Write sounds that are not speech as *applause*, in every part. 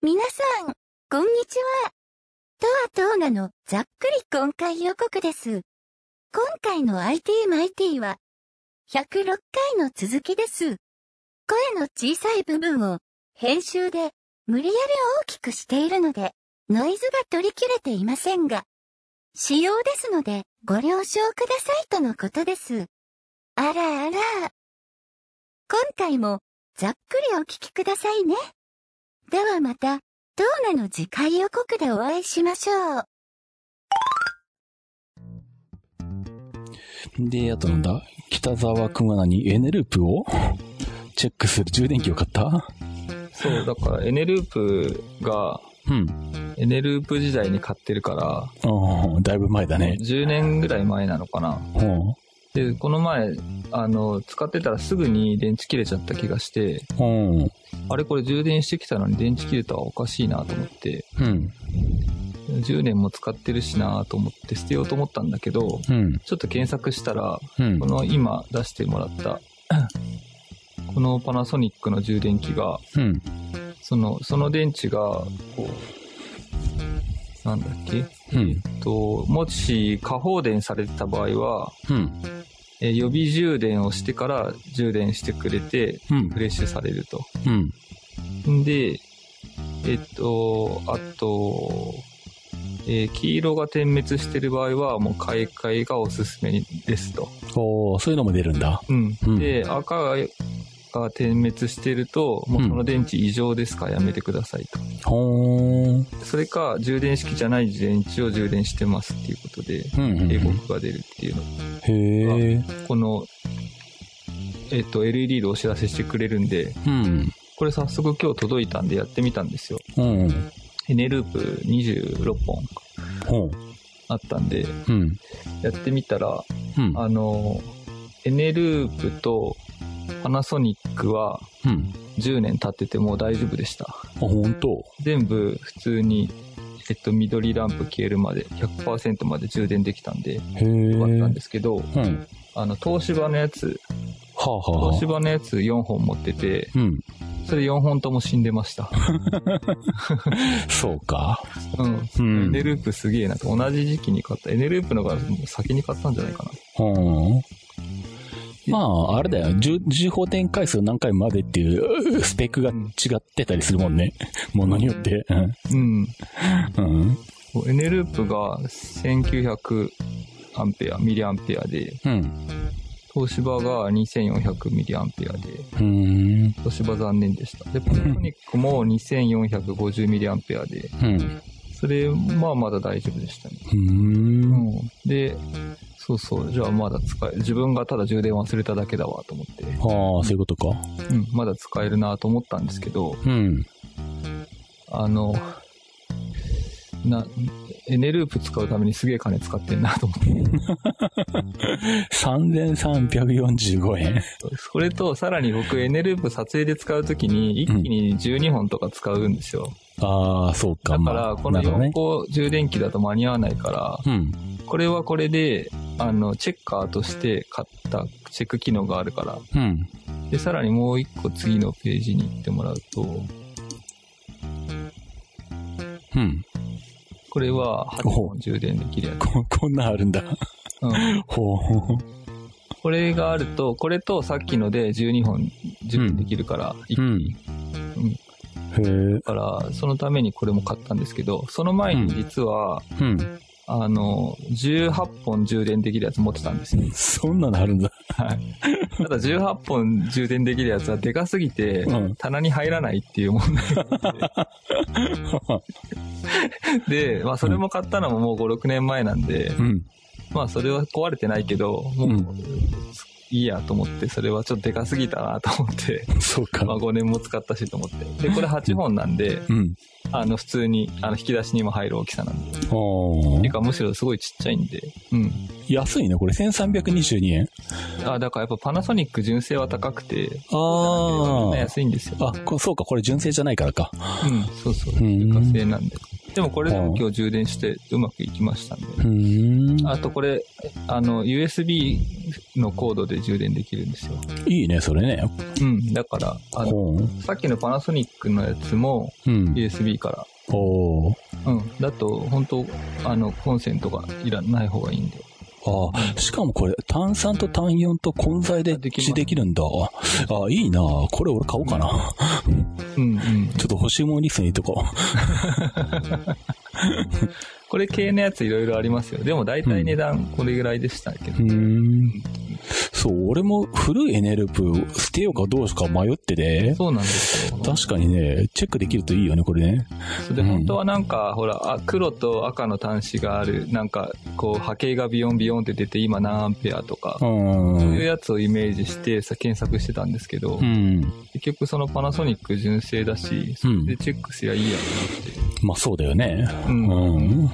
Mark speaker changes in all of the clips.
Speaker 1: 皆さん、こんにちは。とはとうなのざっくり今回予告です。今回の IT マイティは、106回の続きです。声の小さい部分を、編集で、無理やり大きくしているので、ノイズが取り切れていませんが、仕様ですので、ご了承くださいとのことです。あらあら。今回も、ざっくりお聞きくださいね。ではまた、トーナの次回予告でお会いしましょう。
Speaker 2: で、あとなんだ北沢くまなにエネループをチェックする充電器を買った
Speaker 3: そう、だからエネループが、
Speaker 2: うん。
Speaker 3: エネループ時代に買ってるから、
Speaker 2: うん、だいぶ前だね。
Speaker 3: 10年ぐらい前なのかな。
Speaker 2: うん。
Speaker 3: で、この前、あの、使ってたらすぐに電池切れちゃった気がして、
Speaker 2: うん。
Speaker 3: あれこれ充電してきたのに電池切れたはおかしいなと思って、
Speaker 2: うん。
Speaker 3: 10年も使ってるしなと思って捨てようと思ったんだけど、
Speaker 2: うん。
Speaker 3: ちょっと検索したら、
Speaker 2: うん
Speaker 3: こ。の今出してもらった、 *clears throat* このパナソニックの充電器が、
Speaker 2: うん。
Speaker 3: その、その電池が、こう、なんだっけ
Speaker 2: うん。
Speaker 3: えっと、もし、過放電されてた場合は、
Speaker 2: うん。
Speaker 3: えー予備充電をしてから充電してくれて、
Speaker 2: うん
Speaker 3: フ。レッシュされると。
Speaker 2: うん。
Speaker 3: んで、えっと、あと、えー黄色が点滅してる場合は、もう買い替えがおすすめですと。
Speaker 2: おー、そういうのも出るんだ。
Speaker 3: うん。
Speaker 2: うん
Speaker 3: で、赤が、が点滅してると、もうこの電池異常ですからやめてくださいと。
Speaker 2: ほーん。
Speaker 3: それか、充電式じゃない電池を充電してますっていうことで、
Speaker 2: うん、うん。
Speaker 3: 警告が出るっていうの
Speaker 2: へえ。
Speaker 3: この、えっと、LED でお知らせしてくれるんで、
Speaker 2: うん。
Speaker 3: これ早速今日届いたんでやってみたんですよ。
Speaker 2: うん。
Speaker 3: エネループ26本
Speaker 2: ほ
Speaker 3: あったんで、
Speaker 2: う。うん。
Speaker 3: やってみたら、
Speaker 2: うん。
Speaker 3: あの、エネループとパナソニックは
Speaker 2: うん。
Speaker 3: 10年経っててもう大丈夫でした。
Speaker 2: あ、ほんと。
Speaker 3: 全部普通に、えっと、緑ランプ消えるまで、100%まで充電できたんで、
Speaker 2: へえ。
Speaker 3: よ
Speaker 2: う
Speaker 3: かったん
Speaker 2: ん
Speaker 3: で。すけど、あの、東芝のやつ、
Speaker 2: はあ、はあは
Speaker 3: 東
Speaker 2: あ。
Speaker 3: 芝のやつ4本持ってて、
Speaker 2: うん。
Speaker 3: それ4本とも死んでました。
Speaker 2: そうか。
Speaker 3: うん。
Speaker 2: う
Speaker 3: エ
Speaker 2: ん。
Speaker 3: ネループすげえなと。同じ時期に買った。エネループのが先に買ったんじゃないかな。
Speaker 2: うん。まあ、あれだよ。重重放点回数何回までって
Speaker 3: *laughs*
Speaker 2: いう、スペックが違ってたりするもんね。ものによって。
Speaker 3: うん。
Speaker 2: うん。うん。
Speaker 3: こうエネループが1900アンペア、ミリアンペアで、
Speaker 2: うん。
Speaker 3: 東芝が2400ミリアンペアで、
Speaker 2: うん。
Speaker 3: 東芝残念でした。で、パナソニックも2450ミリアンペアで、
Speaker 2: うん。
Speaker 3: それ、まあまだ大丈夫でしたね。
Speaker 2: うん。
Speaker 3: うん。で、そうそう、じゃあまだ使え、自分がただ充電忘れただけだわと思って、
Speaker 2: ああ、そういうことか。
Speaker 3: うん、まだ使えるなと思ったんですけど、
Speaker 2: うん。
Speaker 3: あの、な、エネループ使うためにすげえ金使ってんなと
Speaker 2: *laughs*
Speaker 3: 思って。
Speaker 2: 3345円。
Speaker 3: *laughs* それと、さらに僕、エネループ撮影で使うときに、一気に12本とか使うんですよ。
Speaker 2: ああ、そうか。
Speaker 3: だか
Speaker 2: まあ
Speaker 3: ら、こ
Speaker 2: な
Speaker 3: の
Speaker 2: るほど
Speaker 3: 4
Speaker 2: ね。
Speaker 3: 個充電器だと間に合わないから、
Speaker 2: うん。
Speaker 3: これはこれで、あの、チェッカーとして買ったチェック機能があるから、
Speaker 2: うん。
Speaker 3: で、さらにもう一個次のページに行ってもらうと、
Speaker 2: うん。
Speaker 3: これは8本充電できるやつ。
Speaker 2: こ、こんなんあるん
Speaker 3: *laughs*
Speaker 2: だ。 *laughs*
Speaker 3: うん。
Speaker 2: ほうほうほう。
Speaker 3: これがあると、これとさっきので12本充電できるから、一気
Speaker 2: う
Speaker 3: に
Speaker 2: ん。へえ。
Speaker 3: だから、そのためにこれも買ったんですけど、その前に実は、
Speaker 2: うん。
Speaker 3: あの、18本充電できるやつ持ってたんですよ。
Speaker 2: そんなのある
Speaker 3: *laughs*
Speaker 2: んだ。
Speaker 3: ただ18本充電できるやつはでかすぎて
Speaker 2: うん、
Speaker 3: 棚に入らないっていう問題があって。で、まあそれも買ったのももう5、6年前なんで、
Speaker 2: うん。
Speaker 3: まあそれは壊れてないけど、もう、
Speaker 2: うん
Speaker 3: いいやと思って、それはちょっとでかすぎたなと思って、
Speaker 2: そうか
Speaker 3: ま。あ5年も使ったしと思って。で、これ8本なんで、
Speaker 2: うん。
Speaker 3: あの普通に、あの引き出しにも入る大きさなんで。
Speaker 2: お
Speaker 3: て
Speaker 2: ー
Speaker 3: いうかむしろすごいちっちゃいんで。うん。
Speaker 2: 安いね、これ。1322円。
Speaker 3: あ、だからやっぱパナソニック純正は高くて、みん
Speaker 2: あ
Speaker 3: な安いんですよ。
Speaker 2: あ。あ、こそうか、これ純正じゃないからか。
Speaker 3: うん、そうそう。
Speaker 2: ん
Speaker 3: 自家製なんで。でもこれでも今日充電してうまくいきましたんで。
Speaker 2: うん。
Speaker 3: あとこれ、あの、USB のコードで充電できるんですよ。
Speaker 2: いいね、それね。
Speaker 3: うん。だから、あの、
Speaker 2: ほう。
Speaker 3: さっきのパナソニックのやつも
Speaker 2: うん
Speaker 3: USB から。
Speaker 2: ほう。
Speaker 3: うん。だと、本当あの、コンセントがいらない方がいいんで。
Speaker 2: ああ、しかもこれ、単酸と単4と混在で
Speaker 3: できます
Speaker 2: 一致できるんだ。ああ、いいな。これ俺買おうかな。
Speaker 3: うんうん。
Speaker 2: ちょっと欲しいもんリストにとこ
Speaker 3: これ系のやついろいろありますよ。でも大体値段これぐらいでしたけど。
Speaker 2: う。うん。そう、俺も古いエネループ捨てようかどうしようか迷ってて、
Speaker 3: そうなんですよ。
Speaker 2: 確かにね、チェックできるといいよね、これね。
Speaker 3: それで
Speaker 2: うん
Speaker 3: 本当はなんか、ほらあ黒と赤の端子があるなんかこう波形がビヨンビヨンって出て今何アンペアとか
Speaker 2: う、。
Speaker 3: そういうんやつをイメージしてさ検索してたんですけど、
Speaker 2: うん。
Speaker 3: 結局そのパナソニック純正だしそれでチェックすりゃいいや
Speaker 2: まあそうだよね。
Speaker 3: と思って、うん
Speaker 2: うん。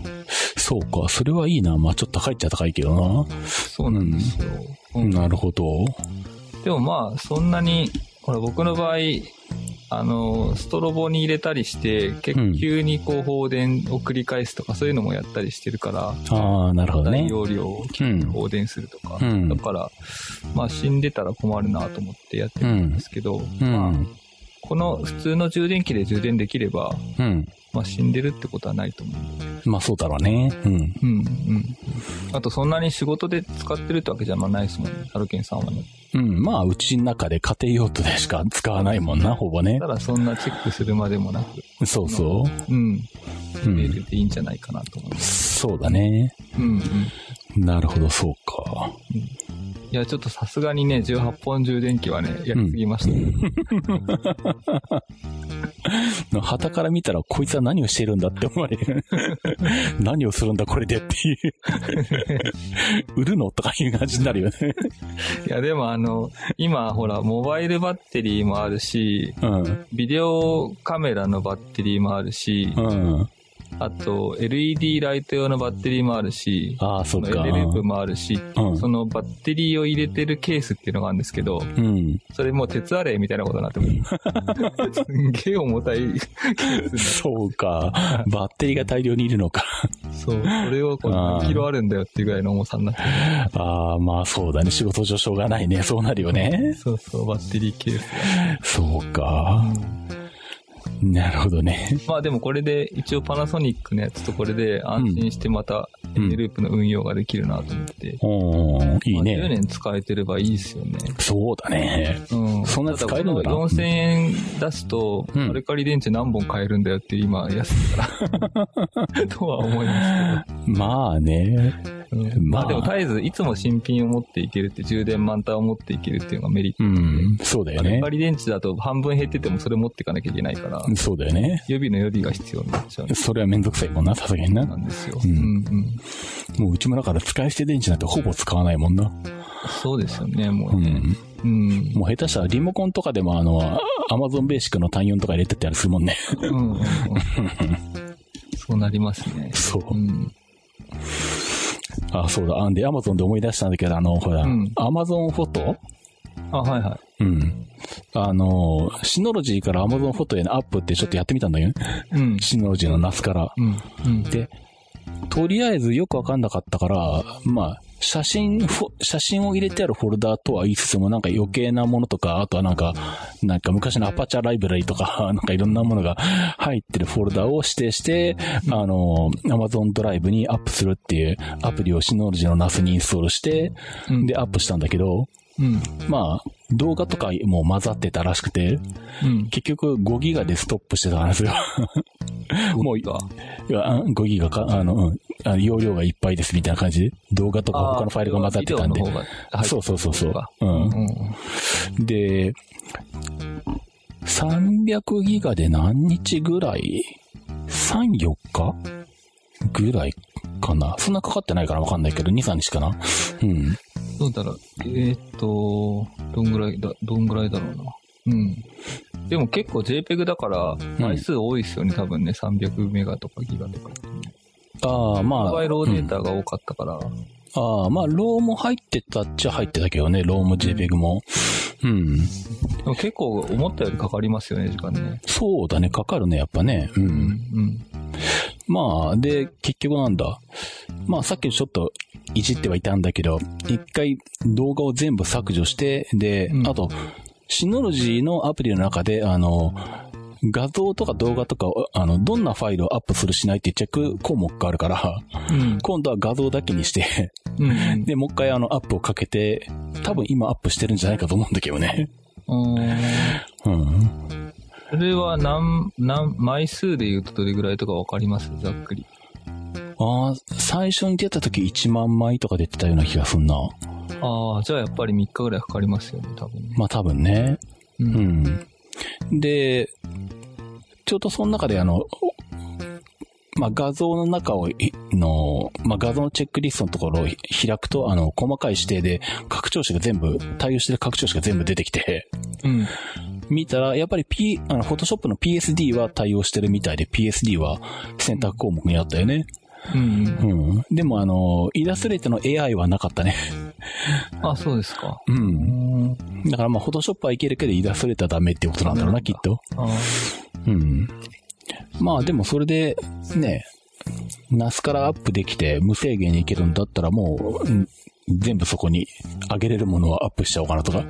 Speaker 2: そうか、それはいいな。まあちょっと高いっちゃ高いけど
Speaker 3: そうなんですよ、
Speaker 2: な。
Speaker 3: うん
Speaker 2: なるほど。
Speaker 3: でもまあそんなにほら僕の場合あのストロボに入れたりして結
Speaker 2: うん
Speaker 3: 構急にこう放電を繰り返すとか、そういうのもやったりしてるから
Speaker 2: ああ、なるほど
Speaker 3: 大
Speaker 2: ね。
Speaker 3: 容量を
Speaker 2: うん。
Speaker 3: 放電するとか、
Speaker 2: うん
Speaker 3: だから、まあ死んでたら困るなと思ってやってるんですけど、
Speaker 2: うん。
Speaker 3: この普通の充電器で充電できれば、
Speaker 2: うん。
Speaker 3: まあ死んでるってことはないと思うんで。
Speaker 2: まあそうだろうね。うん。
Speaker 3: うんうん。あとそんなに仕事で使ってるってわけじゃまあないですもんね、ハルケンさんはね。
Speaker 2: うん。まあうちの中で家庭用途でしか使わないもんな、ほぼね
Speaker 3: た。だそんなチェックするまでもなく、
Speaker 2: そうそ
Speaker 3: うん、
Speaker 2: う。う
Speaker 3: メー
Speaker 2: ん。
Speaker 3: ルでいいんじゃないかなと思います。
Speaker 2: そうだね。
Speaker 3: うんうん。い
Speaker 2: なるほど、そうか。
Speaker 3: や、ちょっとさすがにね、18本充電器はね、やりすぎましたね、
Speaker 2: 旗から見たら、こいつは何をしてるんだって思われ
Speaker 3: *laughs*
Speaker 2: る。何をするんだ、これでっていう。売るのとかいう感じになるよね。
Speaker 3: いや、でもあの、今ほら、モバイルバッテリーもあるし、
Speaker 2: うん。
Speaker 3: ビデオカメラのバッテリーもあるし、
Speaker 2: うん。
Speaker 3: あと LED ライト用のバッテリーもあるし、
Speaker 2: ああ、そ
Speaker 3: エ
Speaker 2: う
Speaker 3: レ
Speaker 2: か。
Speaker 3: ベープもあるし、
Speaker 2: うん
Speaker 3: そ。のバッテリーを入れてるケースっていうのがあるんですけど、
Speaker 2: うん。
Speaker 3: それもう鉄アレイみたいなことになってま
Speaker 2: *laughs*
Speaker 3: す。すんげえ重たいケース
Speaker 2: そうか。バッテリーが大量にいるのか。 *laughs*
Speaker 3: ね。そう、それをこう
Speaker 2: あー
Speaker 3: 何キロあるんだよっていうぐらいの重さになってる
Speaker 2: ああ、まあそうだね。仕事上しょうがないね。そうなるよね。
Speaker 3: そうそう、バッテリーケース
Speaker 2: そうか。なるほどね。
Speaker 3: まあでもこれで、一応パナソニックのやつとこれで安心してまた、
Speaker 2: う
Speaker 3: エ
Speaker 2: ん
Speaker 3: ネループの運用ができるなと思って。
Speaker 2: おーいい
Speaker 3: まあ10
Speaker 2: ね。
Speaker 3: 年使えてればいいですよね。
Speaker 2: そうだね。
Speaker 3: うん
Speaker 2: そんな使えるんだな
Speaker 3: たこの4000円出すと、
Speaker 2: うん
Speaker 3: アルカリ電池何本買えるんだよっ
Speaker 2: *laughs*
Speaker 3: て今安いから、 *laughs* とは思います
Speaker 2: まあね。
Speaker 3: けど。うん
Speaker 2: ま
Speaker 3: ま
Speaker 2: あ
Speaker 3: あでも絶えずいつも新品を持っていけるって、充電満タンを持っていけるっていうのがメリッ
Speaker 2: う
Speaker 3: トで。
Speaker 2: ん。そうだよ
Speaker 3: アル
Speaker 2: ね
Speaker 3: カ。リ電池だと半分減っててもそれ持っていかなきゃいけないから、
Speaker 2: そうだよね。
Speaker 3: 予備の予備が必要になっちゃう
Speaker 2: それはめんどくさいもんな、さすがにな。
Speaker 3: なんですよ。
Speaker 2: う
Speaker 3: うんんうん。
Speaker 2: もううちもだから使い捨て電池なんてほぼ使わないもんな。
Speaker 3: そうですよね、も
Speaker 2: う
Speaker 3: うね。
Speaker 2: ん。
Speaker 3: うん。
Speaker 2: もう下手したらリモコンとかでもあの、アマゾンベーシックの単4とか入れてったりするもんね。
Speaker 3: うんうんうんそうなりますね。
Speaker 2: そう。
Speaker 3: うん。
Speaker 2: あ、そうだ。あんで、アマゾンで思い出したんだけど、あの、ほら
Speaker 3: うん、
Speaker 2: アマゾンフォト
Speaker 3: あ、はいはい。
Speaker 2: うん。あの、シノロジーからアマゾンフォトへのアップってちょっとやってみたんだけどね。
Speaker 3: うん。
Speaker 2: シノロジーのナスから。
Speaker 3: うん。うん。
Speaker 2: で、とりあえずよくわかんなかったから、まあ、写真フォ、写真を入れてあるフォルダとは言いつつも、なんか余計なものとか、あとはなんか、なんか昔のアパチャライブラリとか、 *laughs* なんかいろんなものが入ってるフォルダを指定して、あの、Amazon ドライブにアップするっていうアプリをシノロジーのナスにインストールして、
Speaker 3: うん
Speaker 2: で、アップしたんだけど、
Speaker 3: うん。
Speaker 2: まあ、動画とかも混ざってたらしくて、
Speaker 3: うん。
Speaker 2: 結局5ギガでストップしてたんですよ。 *laughs* もう、い
Speaker 3: か。
Speaker 2: やあ5ギガか、あの、うんあ容量がいっぱいですみたいな感じで、動画とか他のファイルが混ざってたんで
Speaker 3: ビデオ。の方が入って
Speaker 2: そうそうそうそう
Speaker 3: か。
Speaker 2: う
Speaker 3: うんん。うん。
Speaker 2: で、300ギガで何日ぐらい ?3、4日ぐらいかな。そんなかかってないからわかんないけど、2、3日かな。うん。
Speaker 3: どうだろう。えーっと、どんぐらいだ、どんぐらいだろうな。うん。でも結構 JPEG だから、枚数多いですよね、多分ね。300メガとかギガとか。
Speaker 2: ああ、まあ。
Speaker 3: モバイルローデ
Speaker 2: うん
Speaker 3: ータが多かったから。
Speaker 2: ああ、まあ、ローも入ってたっちゃ入ってたけどね、ローも JPEG も。うん。
Speaker 3: でも結構思ったよりかかりますよね、時間ね。
Speaker 2: そうだね、かかるね、やっぱね。う。
Speaker 3: うんん。
Speaker 2: まあ、で、結局なんだ。まあ、さっきちょっといじってはいたんだけど、一回動画を全部削除して、で、
Speaker 3: うん
Speaker 2: あと、シノロジーのアプリの中で、あの、画像とか動画とかを、あの、どんなファイルをアップするしないってチェック項目があるから、
Speaker 3: うん。
Speaker 2: 今度は画像だけにして、
Speaker 3: うん。
Speaker 2: で、もう一回あの、アップをかけて、多分今アップしてるんじゃないかと思うんだけどね。
Speaker 3: あ
Speaker 2: うん。
Speaker 3: ーそれは何、何、枚数で言うとどれぐらいとかわかりますざっくり。
Speaker 2: ああ、最初に出た時1万枚とか出てたような気がすんな。
Speaker 3: ああ、じゃあやっぱり3日ぐらいかかりますよね、多分ね。
Speaker 2: まあ多分ね。う
Speaker 3: う。
Speaker 2: んん。で、ちょうどその中であの、まあ、画像の中をい、の、まあ、画像のチェックリストのところをひ開くと、あの、細かい指定で、拡張子が全部、対応してる拡張子が全部出てきて、
Speaker 3: うん。
Speaker 2: 見たら、やっぱり P、あの、フォトショップの PSD は対応してるみたいで、PSD は選択項目にあったよね。
Speaker 3: うん。
Speaker 2: うん。でも、あの、イラストレートの AI はなかったね。
Speaker 3: あ、そうですか。
Speaker 2: う。
Speaker 3: うんん。
Speaker 2: だから、まあ、フォトショップはいけるけど、イラストレートはダメってことなんだろうな、きっと。
Speaker 3: あー
Speaker 2: うん。まあでもそれで、ね、ナスからアップできて無制限にいけるんだったらもう、うん全部そこに上げれるものはアップしちゃおうかなとか、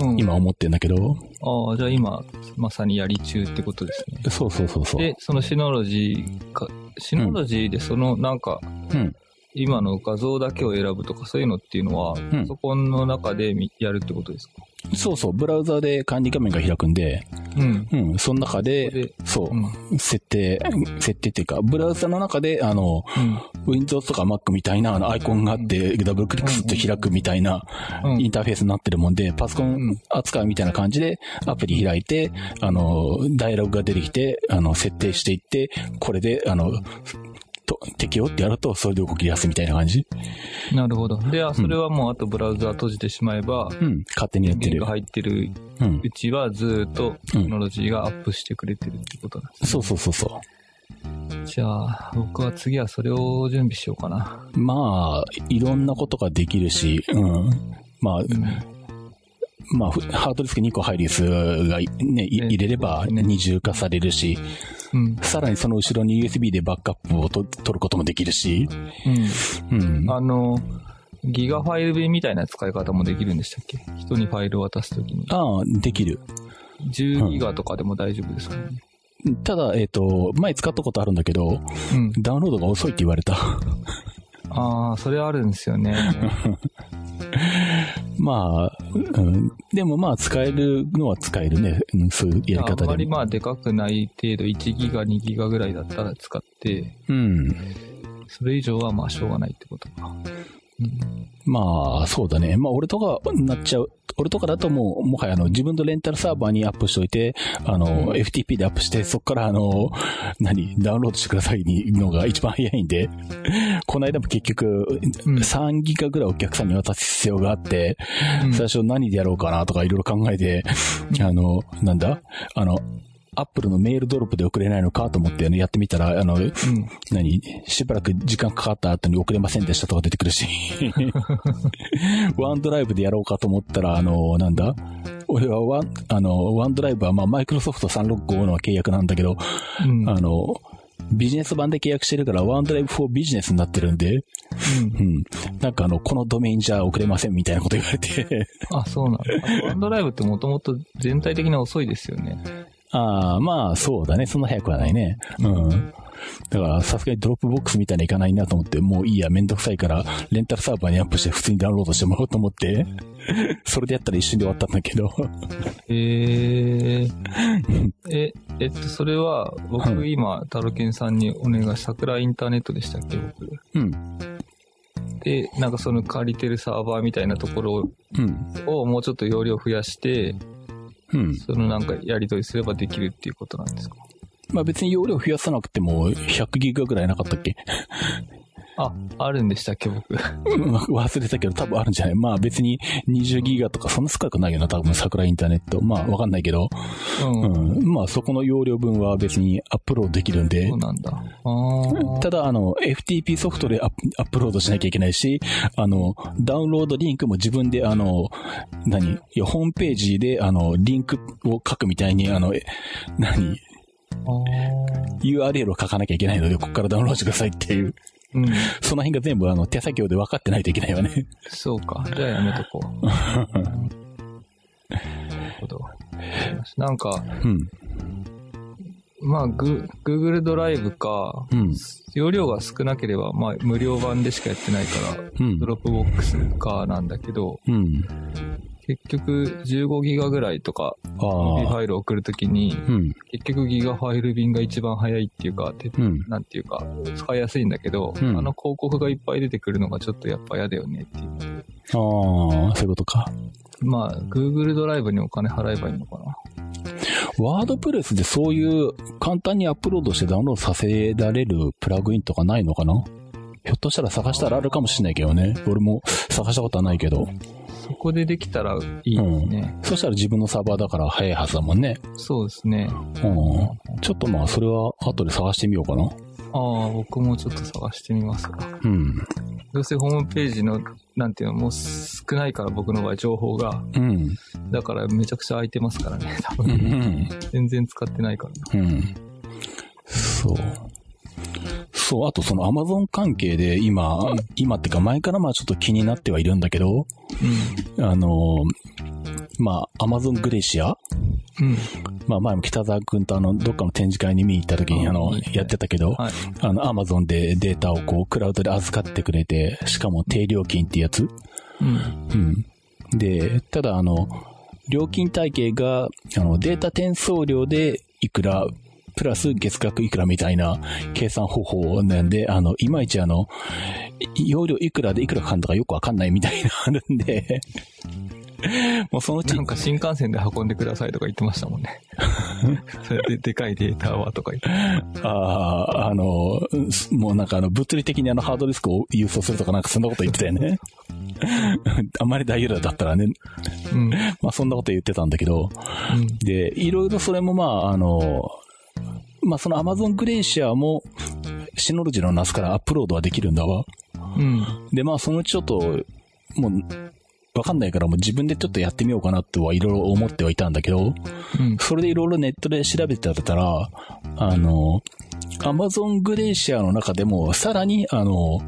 Speaker 3: うん。
Speaker 2: 今思ってんだけど、
Speaker 3: ああ、じゃあ今、まさにやり中ってことですね。
Speaker 2: そうそうそうそう。
Speaker 3: で、そのシノロジーか、シノロジーでそのなんか、
Speaker 2: うん。
Speaker 3: 今の画像だけを選ぶとかそういうのっていうのは、
Speaker 2: ん
Speaker 3: パソコンの中でみやるってことですか
Speaker 2: そうそう、ブラウザで管理画面が開くんで、
Speaker 3: うん。
Speaker 2: うん、その中
Speaker 3: そ
Speaker 2: で
Speaker 3: れで、
Speaker 2: そ
Speaker 3: うん。
Speaker 2: う、設定、設定っていうか、ブラウザの中で、あの、Windows とか Mac みたいなあのアイコンがあって、ダブルクリックすると開くみたいな、
Speaker 3: うん。
Speaker 2: インターフェースになってるもんで、パソコン扱うみたいな感じで、アプリ開いて、あの、ダイアログが出てきて、あの、設定していって、これで、あの、と適用ってやると、それで動き出すみたいな感じ
Speaker 3: なるほど。で、あ、それはもうあとブラウザ閉じてしまえば、
Speaker 2: うん。勝手にやって
Speaker 3: 電源
Speaker 2: る
Speaker 3: が。入ってる
Speaker 2: うん。
Speaker 3: うちはずーっと
Speaker 2: う
Speaker 3: シ
Speaker 2: ん
Speaker 3: ノロジーがアップしてくれてるってことなんです、
Speaker 2: そうそうそうそ
Speaker 3: じゃあ、僕は次はそれを準備しようかな。
Speaker 2: う。まあ、いろんなことができるし、うん。まあ、まあ、ふハードディスク2個入るやつが、ね、い
Speaker 3: ね
Speaker 2: 入れれば
Speaker 3: ね
Speaker 2: 二重化されるし、
Speaker 3: うん。うん。
Speaker 2: さらにその後ろに USB でバックアップをと取ることもできるし、うん。
Speaker 3: あの、ギガファイル便みたいな使い方もできるんでしたっけ人にファイルを渡すときに。
Speaker 2: ああ、できる。
Speaker 3: 10ギガとかでも大丈夫ですかね。
Speaker 2: ただ、えっ、と、前使ったことあるんだけど、
Speaker 3: うん。
Speaker 2: ダウンロードが遅いって言われた。 *laughs*
Speaker 3: ああ、それあるんですよね。
Speaker 2: まあ、うん、でもまあ、使えるのは使えるね。うんそういうやり
Speaker 3: あん
Speaker 2: 方
Speaker 3: ま
Speaker 2: で
Speaker 3: り
Speaker 2: も。
Speaker 3: まあ、でかくない程度、1ギガ、2ギガぐらいだったら使って、
Speaker 2: うん。
Speaker 3: それ以上はまあ、しょうがないってことか。うん
Speaker 2: まあ、そうだね。まあ、俺とかなっちゃう。俺とかだともう、もはやあの、自分のレンタルサーバーにアップしといて、あの、FTP でアップして、そっからあの、何、ダウンロードしてくださいに、のが一番早いんで、この間も結局、
Speaker 3: うん
Speaker 2: 3ギガぐらいお客さんに渡す必要があって、
Speaker 3: うん
Speaker 2: 最初何でやろうかなとかいろいろ考えて、あの、なんだあの、アップルのメールドロップで送れないのかと思って、ね、やってみたら、あの、
Speaker 3: うん。
Speaker 2: 何しばらく時間かかった後に送れませんでしたとか出てくる
Speaker 3: *laughs*
Speaker 2: し。ワンドライブでやろうかと思ったら、あの、なんだ俺はワン、あの、ワンドライブはまあマイクロソフト365の契約なんだけど、
Speaker 3: うん。
Speaker 2: あの、ビジネス版で契約してるから、ワンドライブ4ビジネスになってるんで、
Speaker 3: うん
Speaker 2: うん。なんかあの、このドメインじゃ送れませんみたいなこと言われて、
Speaker 3: あ、そうなんだ。あとワンドライブってもともと全体的に遅いですよね。
Speaker 2: ああ、まあ、そうだね。そんな早くはないね。うん。だから、さすがにドロップボックスみたいにいかないなと思って、もういいや、めんどくさいから、レンタルサーバーにアップして普通にダウンロードしてもらおうと思って、それでやったら一瞬で終わったんだけど。
Speaker 3: えー、え、えっと、それは、
Speaker 2: は
Speaker 3: 僕今、タロケンさんにお願い、桜インターネットでしたっけ、僕。
Speaker 2: うん。
Speaker 3: で、なんかその借りてるサーバーみたいなところ
Speaker 2: うん。
Speaker 3: をもうちょっと容量増やして、
Speaker 2: うん。
Speaker 3: そのなんかやり取りすればできるっていうことなんですか
Speaker 2: まあ別に容量増やさなくても、100ギガぐらいなかったっけ
Speaker 3: あ、あるんでしたっけ、僕。
Speaker 2: うん忘れたけど、多分あるんじゃないまあ別に20ギガとか、そんな少なくないよな、多分桜インターネット。まあわかんないけど。
Speaker 3: うん。
Speaker 2: うん。まあそこの容量分は別にアップロードできるんで
Speaker 3: そう。なんだ。あー
Speaker 2: ただ、あの、FTP ソフトでアップアップロードしなきゃいけないし、あの、ダウンロードリンクも自分で、あの、何いや、ホームページで、あの、リンクを書くみたいに、あの、え何
Speaker 3: あー
Speaker 2: ?URL を書かなきゃいけないので、ここからダウンロードしてくださいっていう。
Speaker 3: うん。
Speaker 2: その辺が全部あの手作業で分かってないといけないわね。
Speaker 3: そうか。じゃあやめとこ *laughs* う。なるほど。なんか、
Speaker 2: うん。
Speaker 3: まあ、グ Google ドライブか、
Speaker 2: うん。
Speaker 3: 容量が少なければ、まあ、無料版でしかやってないから、
Speaker 2: うん
Speaker 3: ド。ロップボックスかなんだけど、
Speaker 2: うん。
Speaker 3: 結局15ギガぐらいとか、フ
Speaker 2: ああ。
Speaker 3: ァイル送るときに、
Speaker 2: うん。
Speaker 3: 結局ギガファイル便が一番早いっていうか、て
Speaker 2: うん。
Speaker 3: なんていうか、使いやすいんだけど、
Speaker 2: うん
Speaker 3: あの広告がいっぱい出てくるのがちょっとやっぱ嫌だよねってい
Speaker 2: あ
Speaker 3: う。
Speaker 2: あ、そういうことか。
Speaker 3: まあ、Google ドライブにお金払えばいいのかな。
Speaker 2: ワードプレスでそういう簡単にアップロードしてダウンロードさせられるプラグインとかないのかなひょっとしたら探したらあるかもしれないけどね。俺も探したことはないけど。
Speaker 3: そこでできたらいいですね。
Speaker 2: そしたら自分のサーバーだから早いはずだもんね。
Speaker 3: そうですね。
Speaker 2: うん。ちょっとまあ、それは後で探してみようかな。
Speaker 3: ああ、僕もちょっと探してみますか。
Speaker 2: うん。
Speaker 3: どうせホームページの、なんていうの、もう少ないから僕の場合情報が。
Speaker 2: うん。
Speaker 3: だからめちゃくちゃ空いてますからね、多
Speaker 2: うん。う
Speaker 3: 分。
Speaker 2: ん。
Speaker 3: 全然使ってないからな。
Speaker 2: うん。そう。そう、あとその Amazon 関係で今、今ってか前からまあちょっと気になってはいるんだけど、あの、まあ Amazon グレシア
Speaker 3: うん。うん。
Speaker 2: まあ前も北沢くんとあの、どっかの展示会に見に行った時にあの
Speaker 3: うん、
Speaker 2: やってたけど、
Speaker 3: はい。
Speaker 2: あの Amazon でデータをこうクラウドで預かってくれて、しかも低料金ってやつ
Speaker 3: うん。
Speaker 2: うん。で、ただあの、料金体系が、あの、データ転送料でいくら、プラス月額いくらみたいな計算方法なんで、あの、いまいちあの、い容量いくらでいくらかかんだかよくわかんないみたいなあるんで、もうそのうち
Speaker 3: なんか新幹線で運んでくださいとか言ってましたもん
Speaker 2: *laughs*
Speaker 3: ね。それででかいデータはとか言って。
Speaker 2: ああー、あの、うんもうなんかあの、物理的にあの、ハードディスクを郵送するとかなんかそんなこと言ってたよね。 *laughs* あんまり大容量だったらね、
Speaker 3: うん。うん。
Speaker 2: まあそんなこと言ってたんだけど、で、いろいろそれもまあ、あの、まあその Amazon グレイシアも、シノロジーのナスからアップロードはできるんだわ。
Speaker 3: うん。
Speaker 2: で、まあそのうちちょっと、もう、わかんないからもう自分でちょっとやってみようかなってはいろいろ思ってはいたんだけど、
Speaker 3: うん。
Speaker 2: それでいろいろネットで調べてたら、あの、Amazon グレーシアの中でも、さらに、あの、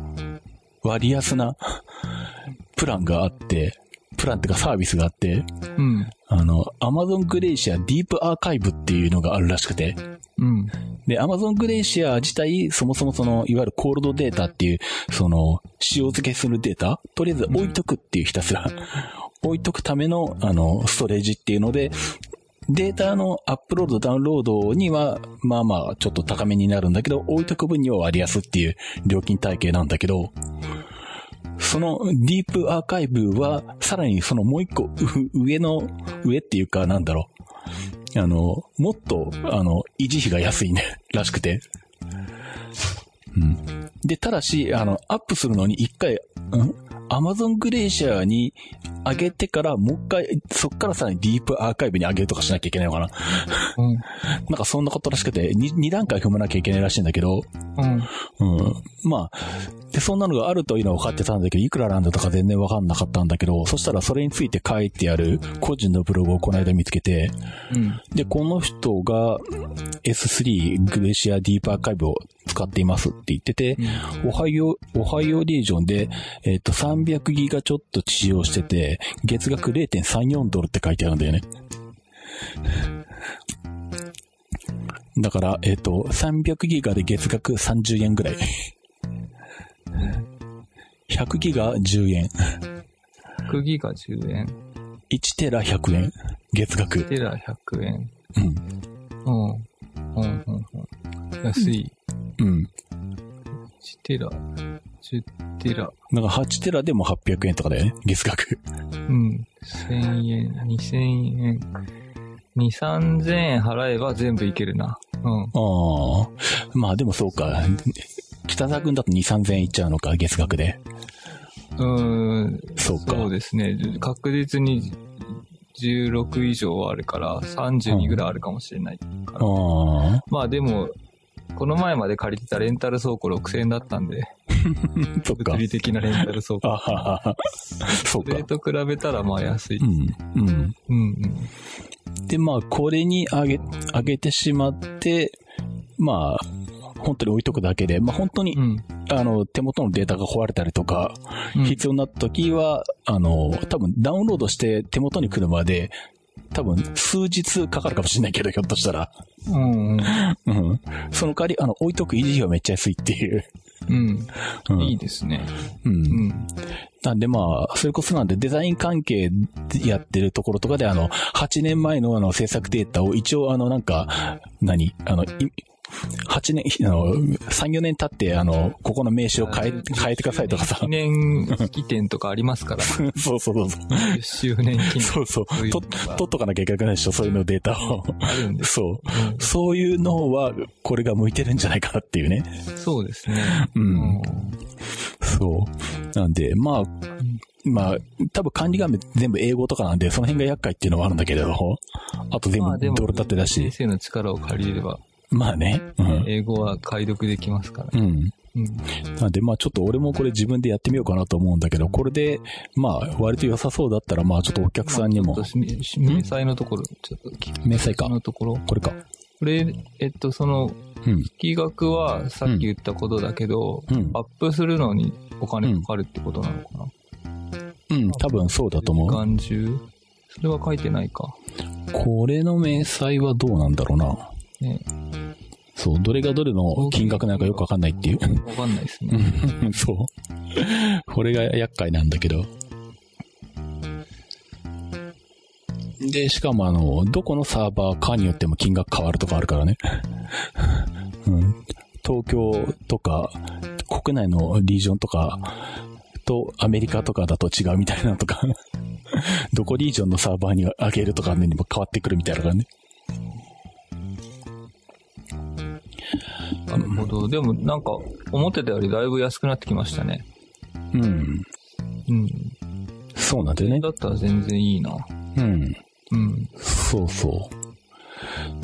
Speaker 2: 割安なプランがあって、プランっていうかサービスがあって、
Speaker 3: うん。
Speaker 2: あの、Amazon グレーシアディープアーカイブっていうのがあるらしくて、
Speaker 3: うん。
Speaker 2: で、Amazon グレーシア自体、そもそもその、いわゆるコールドデータっていう、その、塩漬けするデータ、とりあえず置いとくっていうひたすら、置いとくための、あの、ストレージっていうので、データのアップロード、ダウンロードには、まあまあ、ちょっと高めになるんだけど、置いとく分には割安っていう料金体系なんだけど、そのディープアーカイブは、さらにそのもう一個う上の、上っていうかなんだろう。あの、もっと、あの、維持費が安いね、 *laughs* らしくて。うん。で、ただし、あの、アップするのに一回、うんアマゾングレーシアに上げてから、もう一回、そっからさらにディープアーカイブに上げるとかしなきゃいけないのかな。
Speaker 3: うん。
Speaker 2: なんかそんなことらしくて、2, 段階踏まなきゃいけないらしいんだけど、
Speaker 3: う
Speaker 2: う
Speaker 3: ん。
Speaker 2: ん。まあ、で、そんなのがあるというのは分かってたんだけど、いくらなんだとか全然分かんなかったんだけど、そしたらそれについて書いてある個人のブログをこの間見つけて、
Speaker 3: うん。
Speaker 2: で、この人が S3 グレシアディープアーカイブを使っていますって言ってて、オハイオ、オハイオリージョンで、えっ、と、300ギガちょっと使用してて、月額0.34ドルって書いてあるんだよね。だから、えっ、と、300ギガで月額30円ぐらい。100ギガ10円。
Speaker 3: 100ギガ10円、
Speaker 2: 1テラ100円。月額。
Speaker 3: テラ100円。
Speaker 2: うん。
Speaker 3: うん。うん、うん、うん。安い。
Speaker 2: うん。
Speaker 3: 1テラ、10テラ。
Speaker 2: なんか8テラでも800円とかだよね。月額。
Speaker 3: うん。1000円、2000円。2、3000円払えば全部いけるな。うん。
Speaker 2: ああ。まあでもそうか。北沢君だと2、3000円いっちゃうのか、月額で。
Speaker 3: うーん。
Speaker 2: そうか。
Speaker 3: そうですね。確実に16以上はあるから、32ぐらいあるかもしれない。
Speaker 2: ああ。
Speaker 3: まあでも、この前まで借りてたレンタル倉庫6000円だったんで、
Speaker 2: そっか
Speaker 3: 物。理的なレンタル倉
Speaker 2: あ
Speaker 3: 庫。
Speaker 2: ははは。そう
Speaker 3: それ
Speaker 2: か。
Speaker 3: と比べたらまあ安い。
Speaker 2: うん。うん。
Speaker 3: うん
Speaker 2: で、まあ、これに上げ、上げてしまって、まあ、本当に置いとくだけで、まあ本当に
Speaker 3: うん。うん。
Speaker 2: あの、手元のデータが壊れたりとか、
Speaker 3: うん
Speaker 2: 必要になった時は、あの、多分ダウンロードして手元に来るまで、多分数日かかるかもしれないけど、ひょっとしたら。
Speaker 3: うんうん。
Speaker 2: うん。その代わり、あの、置いとく維持費はめっちゃ安いっていう。
Speaker 3: うん。
Speaker 2: うん。
Speaker 3: いいですね。
Speaker 2: うん
Speaker 3: うん。
Speaker 2: なんでまあ、それこそなんでデザイン関係やってるところとかであの、8年前のあの制作データを一応あのなんか、何あの、い8年、あの、3、4年経ってあの、ここの名刺を変え、変えてくださいとかさ
Speaker 3: 記。念式典とかありますか
Speaker 2: *laughs*
Speaker 3: ら、
Speaker 2: そうそうそうそ
Speaker 3: 10周年記
Speaker 2: う。
Speaker 3: 念
Speaker 2: そうそう。
Speaker 3: そういう
Speaker 2: と、
Speaker 3: のが
Speaker 2: 取っとかなきゃいけなくないでしょそういうのデータを。
Speaker 3: あるんです。
Speaker 2: そうう。そういうのは、これが向いてるんじゃないかなっていうね。
Speaker 3: んそうですね。
Speaker 2: うんそう。なんで、まあ、まあ、多分管理画面全部英語とかなんで、その辺が厄介っていうのはあるんだけれど、あと全
Speaker 3: まあで
Speaker 2: 部
Speaker 3: も
Speaker 2: ドル建てだし
Speaker 3: 先、生の力を借りれば、
Speaker 2: まあね、うん。
Speaker 3: 英語は解読できますから
Speaker 2: う。ん。
Speaker 3: うん。
Speaker 2: なんで、まあちょっと俺もこれ自分でやってみようかなと思うんだけど、これで、まあ割と良さそうだったら、まあちょっとお客さんにも
Speaker 3: ちょ、っとしし明細のところ、ちょっと聞き
Speaker 2: 明細か
Speaker 3: そ。のところ。
Speaker 2: これか。
Speaker 3: これ、えっと、その、
Speaker 2: うん。
Speaker 3: 金額はさっき言ったことだけど、
Speaker 2: うん
Speaker 3: ア。ップするのにお金かかるってことなのかな、
Speaker 2: うん。多分そうだと思う。
Speaker 3: 時間中それは書いてないか。
Speaker 2: これの明細はどうなんだろうな。
Speaker 3: ね。
Speaker 2: そう。どれがどれの金額なのかよくわかんないっていう。
Speaker 3: わかんないですね。
Speaker 2: うんそう。これが厄介なんだけど。で、しかもあの、どこのサーバーかによっても金額変わるとかあるからね。 *laughs* うん、東京とか、国内のリージョンとか、とアメリカとかだと違うみたいなのとか、 *laughs* どこリージョンのサーバーにあげるとかにも変わってくるみたいなのがね。
Speaker 3: なるほど。でもなんか、思ってたよりだいぶ安くなってきましたね。
Speaker 2: うん。
Speaker 3: うん。
Speaker 2: そうなんだよね
Speaker 3: だ。ったら全然いいな。
Speaker 2: うん。
Speaker 3: うん。
Speaker 2: そうそ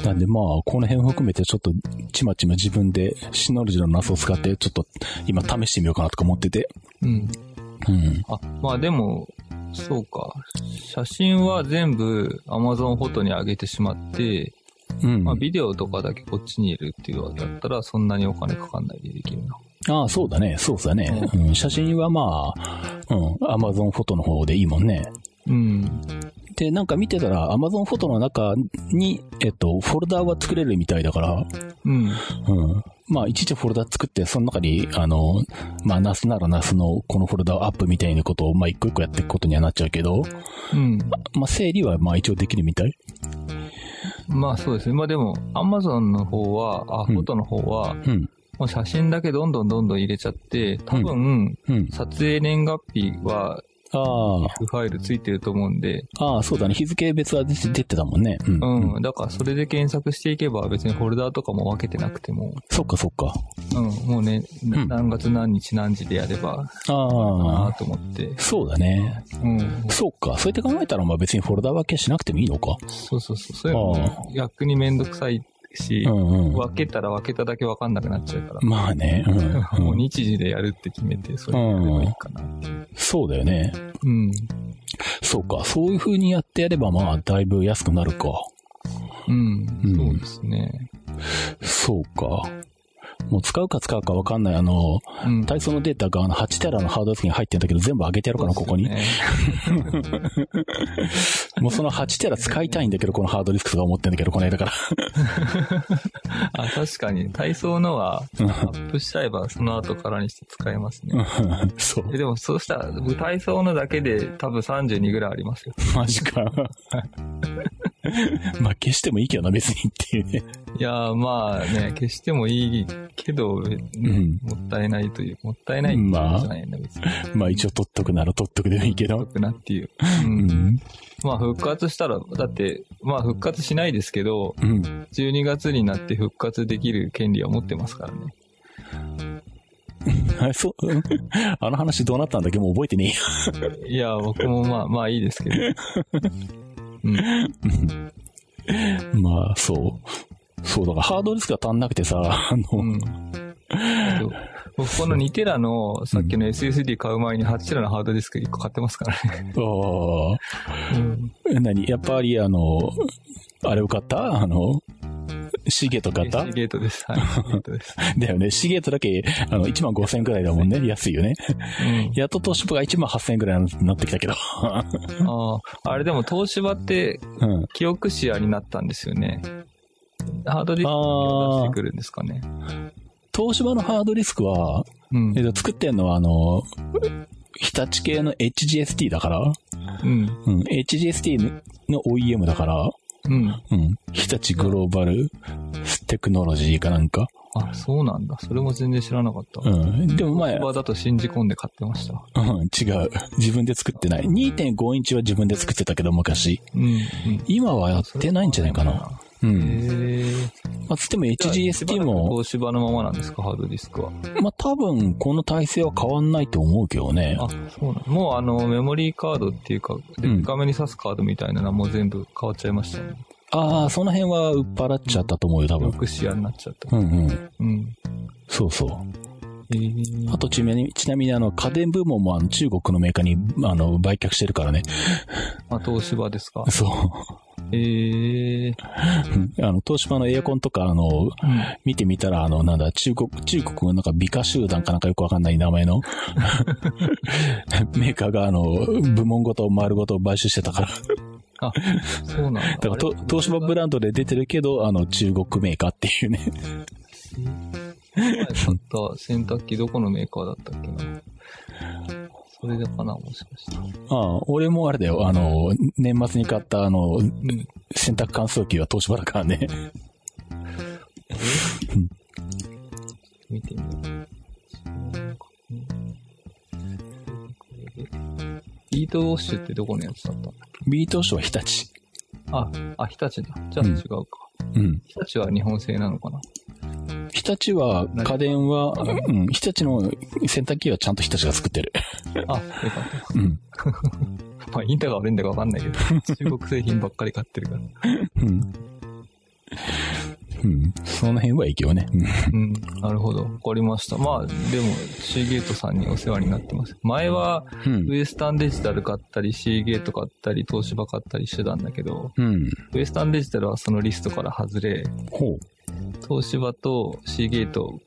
Speaker 2: う。なんでまあ、この辺を含めてちょっと、ちまちま自分で、シノルジのナスを使って、ちょっと、今試してみようかなとか思ってて。
Speaker 3: うん。
Speaker 2: うん。
Speaker 3: あ、まあでも、そうか。写真は全部 Amazon フォトに上げてしまって、
Speaker 2: うん。
Speaker 3: ま
Speaker 2: あ
Speaker 3: あビデオとかだけこっちにいるっていうわけだったら、そんなにお金かかんないでできるな。
Speaker 2: あ、そうだね。そうだね。うん。写真はまあ、うん。Amazon フォトの方でいいもんね。
Speaker 3: うん。
Speaker 2: で、なんか見てたら、Amazon フォトの中に、えっと、フォルダーは作れるみたいだから、
Speaker 3: うん。
Speaker 2: うん。まあ、いちいちフォルダ作って、その中に、あの、まあ、ナスならナスのこのフォルダをアップみたいなことを、まあ、一個一個やっていくことにはなっちゃうけど、
Speaker 3: うん。
Speaker 2: まあ、整理はまあ一応できるみたい。
Speaker 3: まあそうですね。まあでも、Amazon の方は、あ、
Speaker 2: うん
Speaker 3: フォトの方は、
Speaker 2: うん。
Speaker 3: もう写真だけどんどんどんどん入れちゃって、多分、
Speaker 2: うん。
Speaker 3: 撮影年月日は、
Speaker 2: あ
Speaker 3: ファイルついてると思うんで、
Speaker 2: あ、ああ、そうだね。日付別は出て出てたもんね。うん。
Speaker 3: うん。だからそれで検索していけば、別にフォルダーとかも分けてなくても、
Speaker 2: そっかそっか。
Speaker 3: うん、もうね、
Speaker 2: ん
Speaker 3: 何月何日何時でやれば、
Speaker 2: あ
Speaker 3: なあ
Speaker 2: あ、
Speaker 3: と思って。
Speaker 2: そうだね。
Speaker 3: うん。
Speaker 2: そっか。そうやって考えたら、まあ別にフォルダ分けしなくてもいいのか。
Speaker 3: そうそうそう。そういうのも逆にめんどくさいし
Speaker 2: う、んうん。
Speaker 3: 分けたら分けただけ分かんなくなっちゃうから。
Speaker 2: まあね。うん
Speaker 3: もう
Speaker 2: うん。
Speaker 3: 日時でやるって決めて、それやればいいかな。
Speaker 2: そうだよね。
Speaker 3: うん。
Speaker 2: そうか。そういう風にやってやれば、まあ、だいぶ安くなるか。
Speaker 3: うん。
Speaker 2: うん
Speaker 3: そうですね。
Speaker 2: そうか。もう使うか使うか分かんない。あの、
Speaker 3: うん。
Speaker 2: 体操のデータがあの8テラのハードディスクに入ってんだけど、全部上げてやろうかな、ここに。
Speaker 3: そうですね
Speaker 2: もうその8テラ使いたいんだけど、このハードディスクとか思ってんだけど、この間から。 *laughs*
Speaker 3: あ、確かに。体操のは、アップしちゃえば、その後からにして使えますね。
Speaker 2: そう。
Speaker 3: えでも、そうしたら、僕体操のだけで多分32ぐらいありますよ。
Speaker 2: マジか。 *laughs* まあ、消してもいいけどな、別にっていうね。
Speaker 3: いやー、まあね、消してもいいけど、
Speaker 2: ん
Speaker 3: もったいないという、もったいないってことじゃないんだ、別に。
Speaker 2: まあ、一応取っとくなら取っとくでもいいけ
Speaker 3: 良
Speaker 2: ど。
Speaker 3: くなってい
Speaker 2: う
Speaker 3: う。うん
Speaker 2: ん。
Speaker 3: まあ、復活したら、だって、まあ、復活しないですけど、
Speaker 2: うん。
Speaker 3: 12月になって復活できる権利は持ってますからね。
Speaker 2: あそう、うんあの話どうなったんだっけもう覚えてねえよ。
Speaker 3: いや、僕もまあ、まあいいですけど。うん。
Speaker 2: *laughs* まあ、そう。そう、だからハードディスクが足んなくてさ、あ
Speaker 3: う
Speaker 2: の、
Speaker 3: ん。僕この2テラのさっきの SSD 買う前に8テラのハードディスク1個買ってますからね。
Speaker 2: ああ、何やっぱりあの、あれを買ったあの、シーゲート買った
Speaker 3: ゲートです。
Speaker 2: *laughs*
Speaker 3: はい。シーゲートです。
Speaker 2: だよね。シーゲートだけ、あの、1万5千円くらいだもんね。安いよね。
Speaker 3: うん
Speaker 2: やっと東芝が1万8千円くらいになってきたけど。
Speaker 3: ああ、あれでも東芝って
Speaker 2: うん。
Speaker 3: 記憶シアになったんですよね。ハードディスクを出してくるんですかね。
Speaker 2: 東芝のハードディスクは、
Speaker 3: うん
Speaker 2: え。っと、作ってんのは、あの、日立系の HGST だから、
Speaker 3: うん。
Speaker 2: うん、HGST の OEM だから、
Speaker 3: うん。
Speaker 2: うん、日立グローバルテクノロジーかなんか。
Speaker 3: あ、そうなんだ。それも全然知らなかった。
Speaker 2: うん、でもまあ、
Speaker 3: 東芝だと信じ込んで買ってました。
Speaker 2: うん、違う。自分で作ってない。2.5インチは自分で作ってたけど、昔。
Speaker 3: うん。うん
Speaker 2: 今はやってないんじゃないかな。。う
Speaker 3: へ
Speaker 2: ん。
Speaker 3: ー
Speaker 2: まあ、つっても
Speaker 3: じ
Speaker 2: HGST
Speaker 3: ゃあ
Speaker 2: も、
Speaker 3: 東芝のままなんですか、ハードディスクは。
Speaker 2: まあ、多分、この体制は変わんないと思うけどね。
Speaker 3: あ、そうなんもうあの、メモリーカードっていうか、
Speaker 2: ん
Speaker 3: 画面に挿すカードみたいなのはもう全部変わっちゃいましたね。
Speaker 2: ああ、その辺は売っ払っちゃったと思うよ、多
Speaker 3: よ
Speaker 2: 分。
Speaker 3: く視野になっちゃった。
Speaker 2: うんうん。
Speaker 3: うん。
Speaker 2: そうそう。
Speaker 3: えー
Speaker 2: あとちなみに、ちなみにあの、家電部門もあの中国のメーカーに、あの、売却してるからね。 *laughs*
Speaker 3: あ、東芝ですか。
Speaker 2: そう。
Speaker 3: えー、
Speaker 2: うんあの、東芝のエアコンとか、あの、
Speaker 3: うん
Speaker 2: 見てみたら、あの、なんだ、中国、中国のなんか美化集団かなんかよくわかんない名前の *laughs* メーカーが、あの、部門ごと丸ごと買収してたから。
Speaker 3: あ、そうなんだ。
Speaker 2: だから、と東芝ブランドで出てるけど、あの、中国メーカーっていうね。
Speaker 3: 前買った洗濯機どこのメーカーだったっけな。それでかな、もしかして。
Speaker 2: ああ、俺もあれだよ、あの、年末に買った、あの、
Speaker 3: うん。
Speaker 2: 洗濯乾燥機は東芝だからね。
Speaker 3: 見てみよう。ビートウォッシュってどこのやつだったの
Speaker 2: ビートーショーは日立。
Speaker 3: あ、あ、日立だ。じゃあ違うか。
Speaker 2: うん。
Speaker 3: 日立は日本製なのかな
Speaker 2: 日立は、家電は、うん、日立の洗濯機はちゃんと日立が作ってる。
Speaker 3: あ、よかった。
Speaker 2: うん。
Speaker 3: まあ、インタが悪いんだかわかんないけど、中国製品ばっかり買ってるから。
Speaker 2: うん。うん。その辺はいいけどね。うん
Speaker 3: うん、なるほど。わかりました。まあ、でも、シーゲートさんにお世話になってます。前は、
Speaker 2: うん
Speaker 3: ウ。エスタンデジタル買ったり、シーゲート買ったり、東芝買ったりしてたんだけど、
Speaker 2: うん。
Speaker 3: ウエスタンデジタルはそのリストから外れ、
Speaker 2: ほ
Speaker 3: 東芝とシーゲート
Speaker 2: う。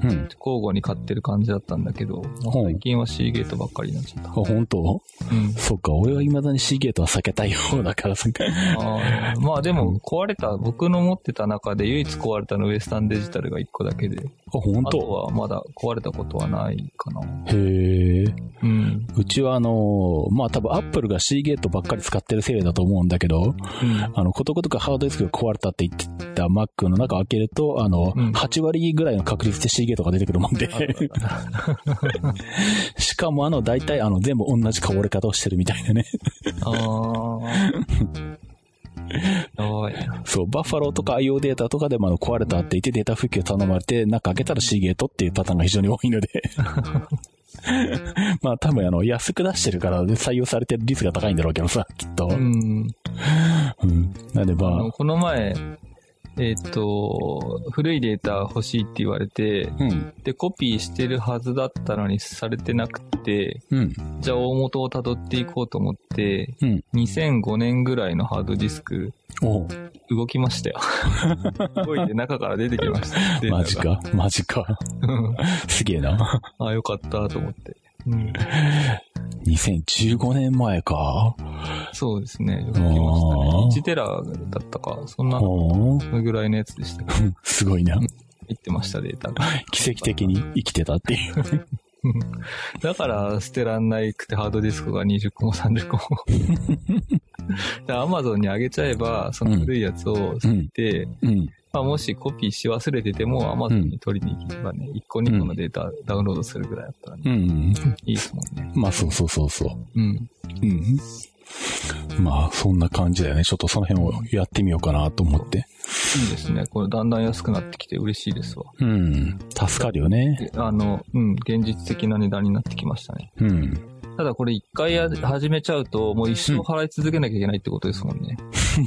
Speaker 2: うん。
Speaker 3: 交互に買ってる感じだったんだけど、
Speaker 2: ほう
Speaker 3: 最近はシーゲートばっかりになっちゃっ
Speaker 2: あ、本当
Speaker 3: た。うん。
Speaker 2: そうか、俺は未だにシーゲートは避けたい方だから、そっか。
Speaker 3: あーまあでも、壊れた、僕の持ってた中で唯一壊れたのウエスタンデジタルが1個だけで、
Speaker 2: あ、本
Speaker 3: あと
Speaker 2: 当
Speaker 3: はまだ壊れたことはないかな。
Speaker 2: へえ。
Speaker 3: うん。
Speaker 2: うちはあのーまあ、多分アップルがシーゲートばっかり使ってるせいだと思うんだけど、
Speaker 3: うん。
Speaker 2: あの、ことごとくハードディスクが壊れたって言ってた Mac の中開けると、あの、
Speaker 3: うん
Speaker 2: 8割ぐらいの確率でシーゲートが出てくるもん
Speaker 3: *laughs*
Speaker 2: で。しかもあの、大体あの、全部同じ変わり方をしてるみたいなね。
Speaker 3: あー。 *laughs* やばいな。
Speaker 2: そう、バッファローとか IO データとかでもあの、壊れたって言ってデータ復旧頼まれて、中開けたらシーゲートっていうパターンが非常に多い
Speaker 3: *laughs*
Speaker 2: ので。まあ多分あの、安く出してるから採用されてる率が高いんだろうけどさ、きっと。
Speaker 3: うん。
Speaker 2: うん。なので
Speaker 3: あ
Speaker 2: ま
Speaker 3: の、この前、えっ、と、古いデータ欲しいって言われて、
Speaker 2: あ、うん、
Speaker 3: で、コピーしてるはずだったのにされてなくて、
Speaker 2: うん、
Speaker 3: じゃあ大元を辿っていこうと思って、
Speaker 2: うん。
Speaker 3: 2005年ぐらいのハードディスク、
Speaker 2: おう
Speaker 3: 動きましたよ。動いて中から出てきました。 *laughs* データが
Speaker 2: マジ。か、マジか。
Speaker 3: うん
Speaker 2: すげえな。
Speaker 3: あ、よかったと思って。うん、
Speaker 2: 2015年前か。
Speaker 3: そうですね。動きましたね。1テラだったか、そんな、
Speaker 2: おー
Speaker 3: そのぐらいのやつでしたか。
Speaker 2: うんすごいな。
Speaker 3: 入ってました、データが。
Speaker 2: 奇跡的に生きてたっていう。
Speaker 3: *laughs* だから、捨てらんないくてハードディスクが20個も30個も。 *laughs* で、アマゾンにあげちゃえば、その古いやつを捨てて、
Speaker 2: うん。
Speaker 3: まあ、もしコピーし忘れてても、アマゾンに取りに行けばね、1個2個のデータダウンロードするぐらいだったらね、
Speaker 2: うん。
Speaker 3: いいですもんね。
Speaker 2: まあそうそうそうそう。
Speaker 3: うん。
Speaker 2: うん。まあそんな感じだよね。ちょっとその辺をやってみようかなと思って。
Speaker 3: いいですね。これだんだん安くなってきて嬉しいですわ。
Speaker 2: うん。助かるよね。
Speaker 3: であの、うん、現実的な値段になってきましたね。
Speaker 2: うん。
Speaker 3: ただこれ一回や始めちゃうと、もう一生払い続けなきゃいけないってことですもんね。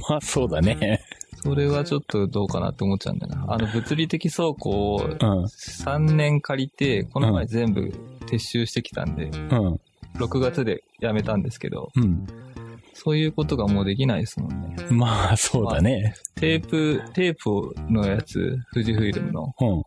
Speaker 2: まあそうだね。
Speaker 3: それはちょっとどうかなって思っちゃうんだよな。あの、物理的倉庫を
Speaker 2: うん。
Speaker 3: 3年借りて、この前全部撤収してきたんで、
Speaker 2: うん。
Speaker 3: 6月で辞めたんですけど、
Speaker 2: うん。
Speaker 3: そういうことがもうできないですもんね。
Speaker 2: まあ、そうだね。
Speaker 3: テープ、テープのやつ、富士フイルムの。
Speaker 2: うん。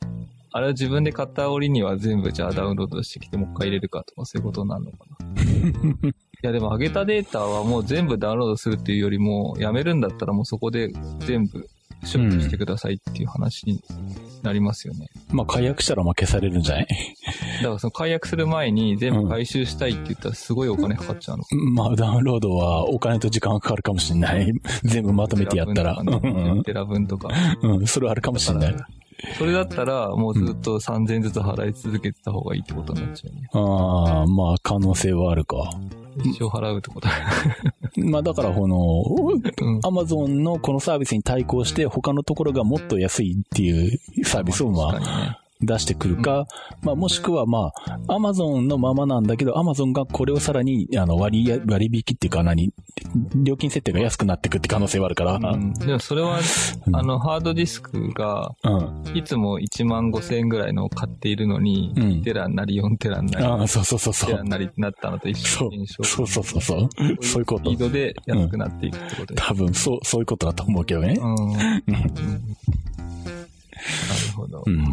Speaker 3: あれは自分で買った折には全部じゃあダウンロードしてきてもう一回入れるかとかそういうことになるのかな。 *laughs* いやでも上げたデータはもう全部ダウンロードするっていうよりも、やめるんだったらもうそこで全部処理してくださいっていう話になりますよね。
Speaker 2: まあ、解約したらまあ消されるんじゃない
Speaker 3: だからその解約する前に全部回収したいって言ったらすごいお金かかっちゃうのか
Speaker 2: まあ、ダウンロードはお金と時間がかかるかもしれない。 *laughs* 全部まとめてやったら。う
Speaker 3: 1
Speaker 2: ん
Speaker 3: テラ分とか。
Speaker 2: うん。うん、それはあるかもしれない。
Speaker 3: それだったら、もうずっと3000ずつ払い続けてた方がいいってことになっちゃうね。
Speaker 2: ああ、まあ、可能性はあるか。
Speaker 3: 一生払うってことだよね。
Speaker 2: まあ、だから、この、
Speaker 3: うん
Speaker 2: アマゾンのこのサービスに対抗して、他のところがもっと安いっていうサービスをまあ
Speaker 3: 確かにね
Speaker 2: 出してくるか、まあ、もしくはまあ、アマゾンのままなんだけど、アマゾンがこれをさらに、あの、割り、割引っていうか何、料金設定が安くなってくって可能性はあるから。
Speaker 3: うん、でもそれは、あの、ハードディスクが、
Speaker 2: うん。
Speaker 3: いつも1万5000円ぐらいのを買っているのに、
Speaker 2: うん
Speaker 3: 2テラになり、4テラになり、
Speaker 2: ああ、そうそうそうそ
Speaker 3: テラ
Speaker 2: う
Speaker 3: に。なりってなったのと一
Speaker 2: そ
Speaker 3: 緒
Speaker 2: う
Speaker 3: の現象。
Speaker 2: そうそうそうそう。そういうこ
Speaker 3: スピ
Speaker 2: と
Speaker 3: ー。ドで安くなっていくってことです。
Speaker 2: 多分、そう、そういうことだと思うけどね
Speaker 3: う。ん。うんなるほど
Speaker 2: う。ん。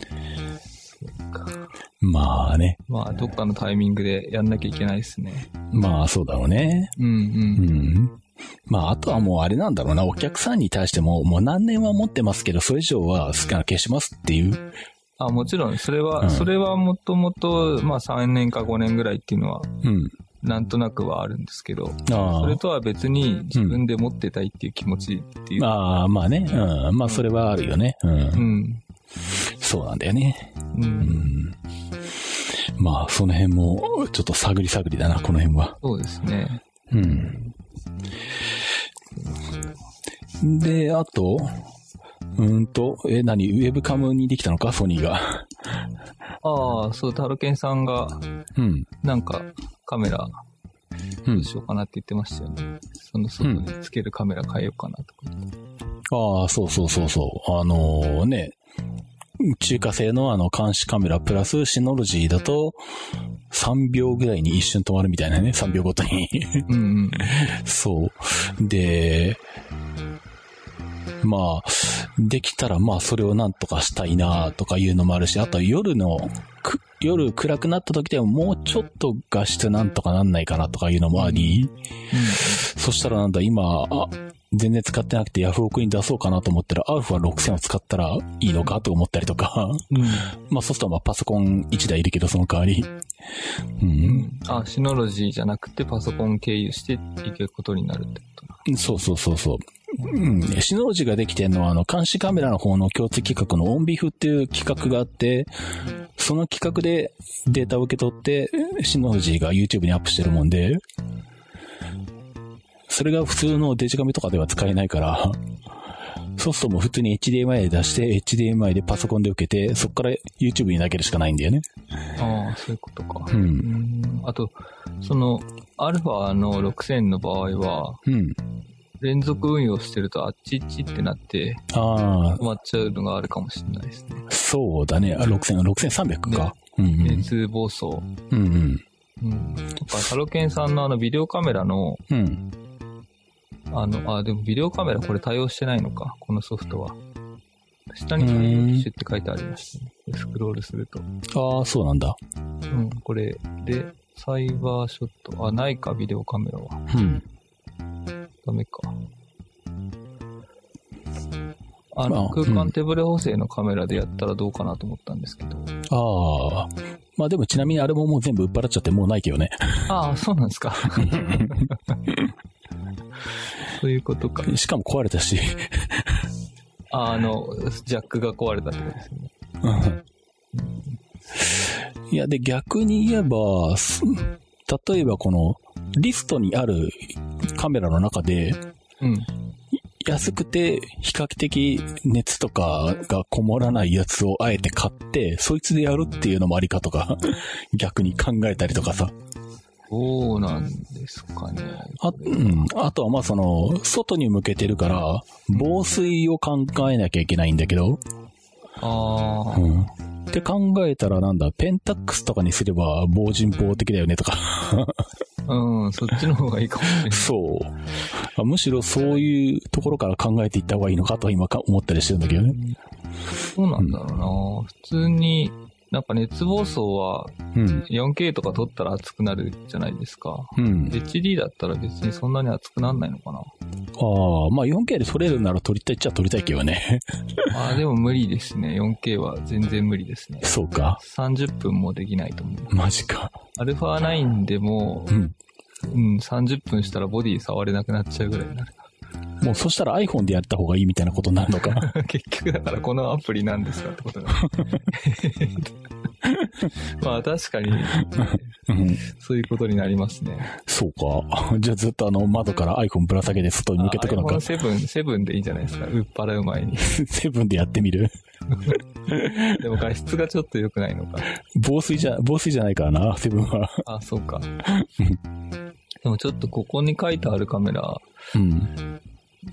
Speaker 3: そうか
Speaker 2: まあね。
Speaker 3: まあ、どっかのタイミングでやんなきゃいけないですね。
Speaker 2: まあ、そうだろうね。
Speaker 3: うんう。
Speaker 2: うんん。まあ、あとはもうあれなんだろうな。お客さんに対しても、もう何年は持ってますけど、それ以上はスキャナー消しますっていう。
Speaker 3: あ、もちろん、それは、
Speaker 2: うん
Speaker 3: それはもともと、まあ3年か5年ぐらいっていうのは、
Speaker 2: うん。
Speaker 3: なんとなくはあるんですけど、
Speaker 2: あ
Speaker 3: それ
Speaker 2: あ
Speaker 3: とは別に自分で持ってたいっていう気持ちっていう。
Speaker 2: ああ、まあね。うん。まあ、それはあるよね。う。
Speaker 3: うんん。
Speaker 2: そうなんだよね。う
Speaker 3: う。
Speaker 2: んん。まあ、その辺も、ちょっと探り探りだな、この辺は。
Speaker 3: そうですね。
Speaker 2: うん。で、あと、うーんと、え、何ウェブカムにできたのかソニーが。 *laughs*
Speaker 3: ああ、そう、タロケンさんが、
Speaker 2: うん。
Speaker 3: なんか、カメラ、
Speaker 2: う
Speaker 3: ど
Speaker 2: ん
Speaker 3: う。しようかなって言ってましたよね。その外につけるカメラ変えようかなとか。
Speaker 2: ああ、そうそうそうそう。あのーね、中華製のあの監視カメラプラスシノロジーだと3秒ぐらいに一瞬止まるみたいなね、3秒ごとに。
Speaker 3: うんうん。
Speaker 2: そう。で、まあ、できたらまあそれをなんとかしたいなとかいうのもあるし、あと夜の、く夜暗くなった時でももうちょっと画質なんとかなんないかなとかいうのもあり、そしたらなんだ、今、あ、全然使ってなくてヤフオクに出そうかなと思ったら、アルファ6000を使ったらいいのかと思ったりとか、
Speaker 3: うん。
Speaker 2: まあそうするとまあパソコン1台いるけどその代わり、う、
Speaker 3: うんん。あ、シノロジーじゃなくてパソコン経由していくことになるってことな。
Speaker 2: そうそうそうそう。うん。シノロジーができてんのは、あの、監視カメラの方の共通企画のオンビフっていう企画があって、その企画でデータを受け取って、シノロジーが YouTube にアップしてるもんで、それが普通のデジカメとかでは使えないから、そうするともう普通に HDMI で出して、HDMI でパソコンで受けて、そこから YouTube に投げるしかないんだよね。
Speaker 3: ああ、そういうことか。
Speaker 2: う。
Speaker 3: うんん。あと、その、アルファの6000の場合は、
Speaker 2: うん。
Speaker 3: 連続運用してるとあっちっちってなって、
Speaker 2: あ
Speaker 3: 止まっちゃうのがあるかもしれないですね。
Speaker 2: あ、そうだね。あ、6000、6300か。うんうん。
Speaker 3: 熱暴走。
Speaker 2: うんうん。
Speaker 3: うん。とか、タロケンさんのあのビデオカメラの、
Speaker 2: うん。
Speaker 3: あの、あ、でもビデオカメラこれ対応してないのか、このソフトは。下に対応機種って書いてありましたね。スクロールすると。
Speaker 2: ああ、そうなんだ。
Speaker 3: うん、これで、サイバーショット。あ、ないか、ビデオカメラは。
Speaker 2: うん。
Speaker 3: ダメか。あの、
Speaker 2: あ
Speaker 3: 空
Speaker 2: う
Speaker 3: 間
Speaker 2: ん
Speaker 3: 手ブレ補正のカメラでやったらどうかなと思ったんですけど。
Speaker 2: ああ。まあでもちなみにあれももう全部売っ払っちゃってもうないけどね。 *laughs*
Speaker 3: ああ、そうなんですか。そういうことか。
Speaker 2: しかも壊れたし。
Speaker 3: ああの、ジャックが壊れたってことですよね。
Speaker 2: うんいや、で逆に言えば、す例えばこのリストにあるカメラの中で、
Speaker 3: うん。
Speaker 2: 安くて比較的熱とかがこもらないやつをあえて買って、そいつでやるっていうのもありかとか、 *laughs* 逆に考えたりとかさ。
Speaker 3: どうなんですかね。
Speaker 2: あ、うん。あとは、まあ、その、外に向けてるから、防水を考えなきゃいけないんだけど、
Speaker 3: あ
Speaker 2: う
Speaker 3: ー
Speaker 2: ん。って考えたら、なんだ、ペンタックスとかにすれば、防塵防的だよねとか。
Speaker 3: あうん、そっちの方がいいかもし *laughs* れない。
Speaker 2: そうあ。 *laughs* むしろそういうところから考えていった方がいいのかと今か思ったりしてるんだけどね。
Speaker 3: そうなんだろうな普通に、なんか熱暴走は
Speaker 2: うん。
Speaker 3: 4K とか撮ったら熱くなるじゃないですか。
Speaker 2: うん。
Speaker 3: HD だったら別にそんなに熱くなんないのか *laughs* な
Speaker 2: ああ、まあ 4K で撮れるなら撮りたいっちゃ撮りたいけどね。
Speaker 3: あーでも無理ですね。4K は全然無理ですね。
Speaker 2: *laughs* そうか。
Speaker 3: 30分もできないと思う。
Speaker 2: マジか。
Speaker 3: アルファ9でも
Speaker 2: う、ん。
Speaker 3: うん、30分したらボディ触れなくなっちゃうぐらいになる。 *laughs*
Speaker 2: もうそしたら iPhone でやった方がいいみたいなことになるのか。
Speaker 3: 結局だからこのアプリなんですかってことだ。 *laughs* まあ確かに、
Speaker 2: *laughs* うん。
Speaker 3: そういうことになりますね。
Speaker 2: そうか。じゃあずっとあの窓から iPhone ぶら下げて外に向けとくのか。
Speaker 3: 7、セブンでいいんじゃないですか。売っ払う前に。 *laughs*
Speaker 2: セブンでやってみる。
Speaker 3: でも画質がちょっと良くないのか。
Speaker 2: 防水じゃ、防水じゃないからな、セブンは。
Speaker 3: あ、そう
Speaker 2: *laughs*
Speaker 3: か。でもちょっとここに書いてあるカメラ、
Speaker 2: うん。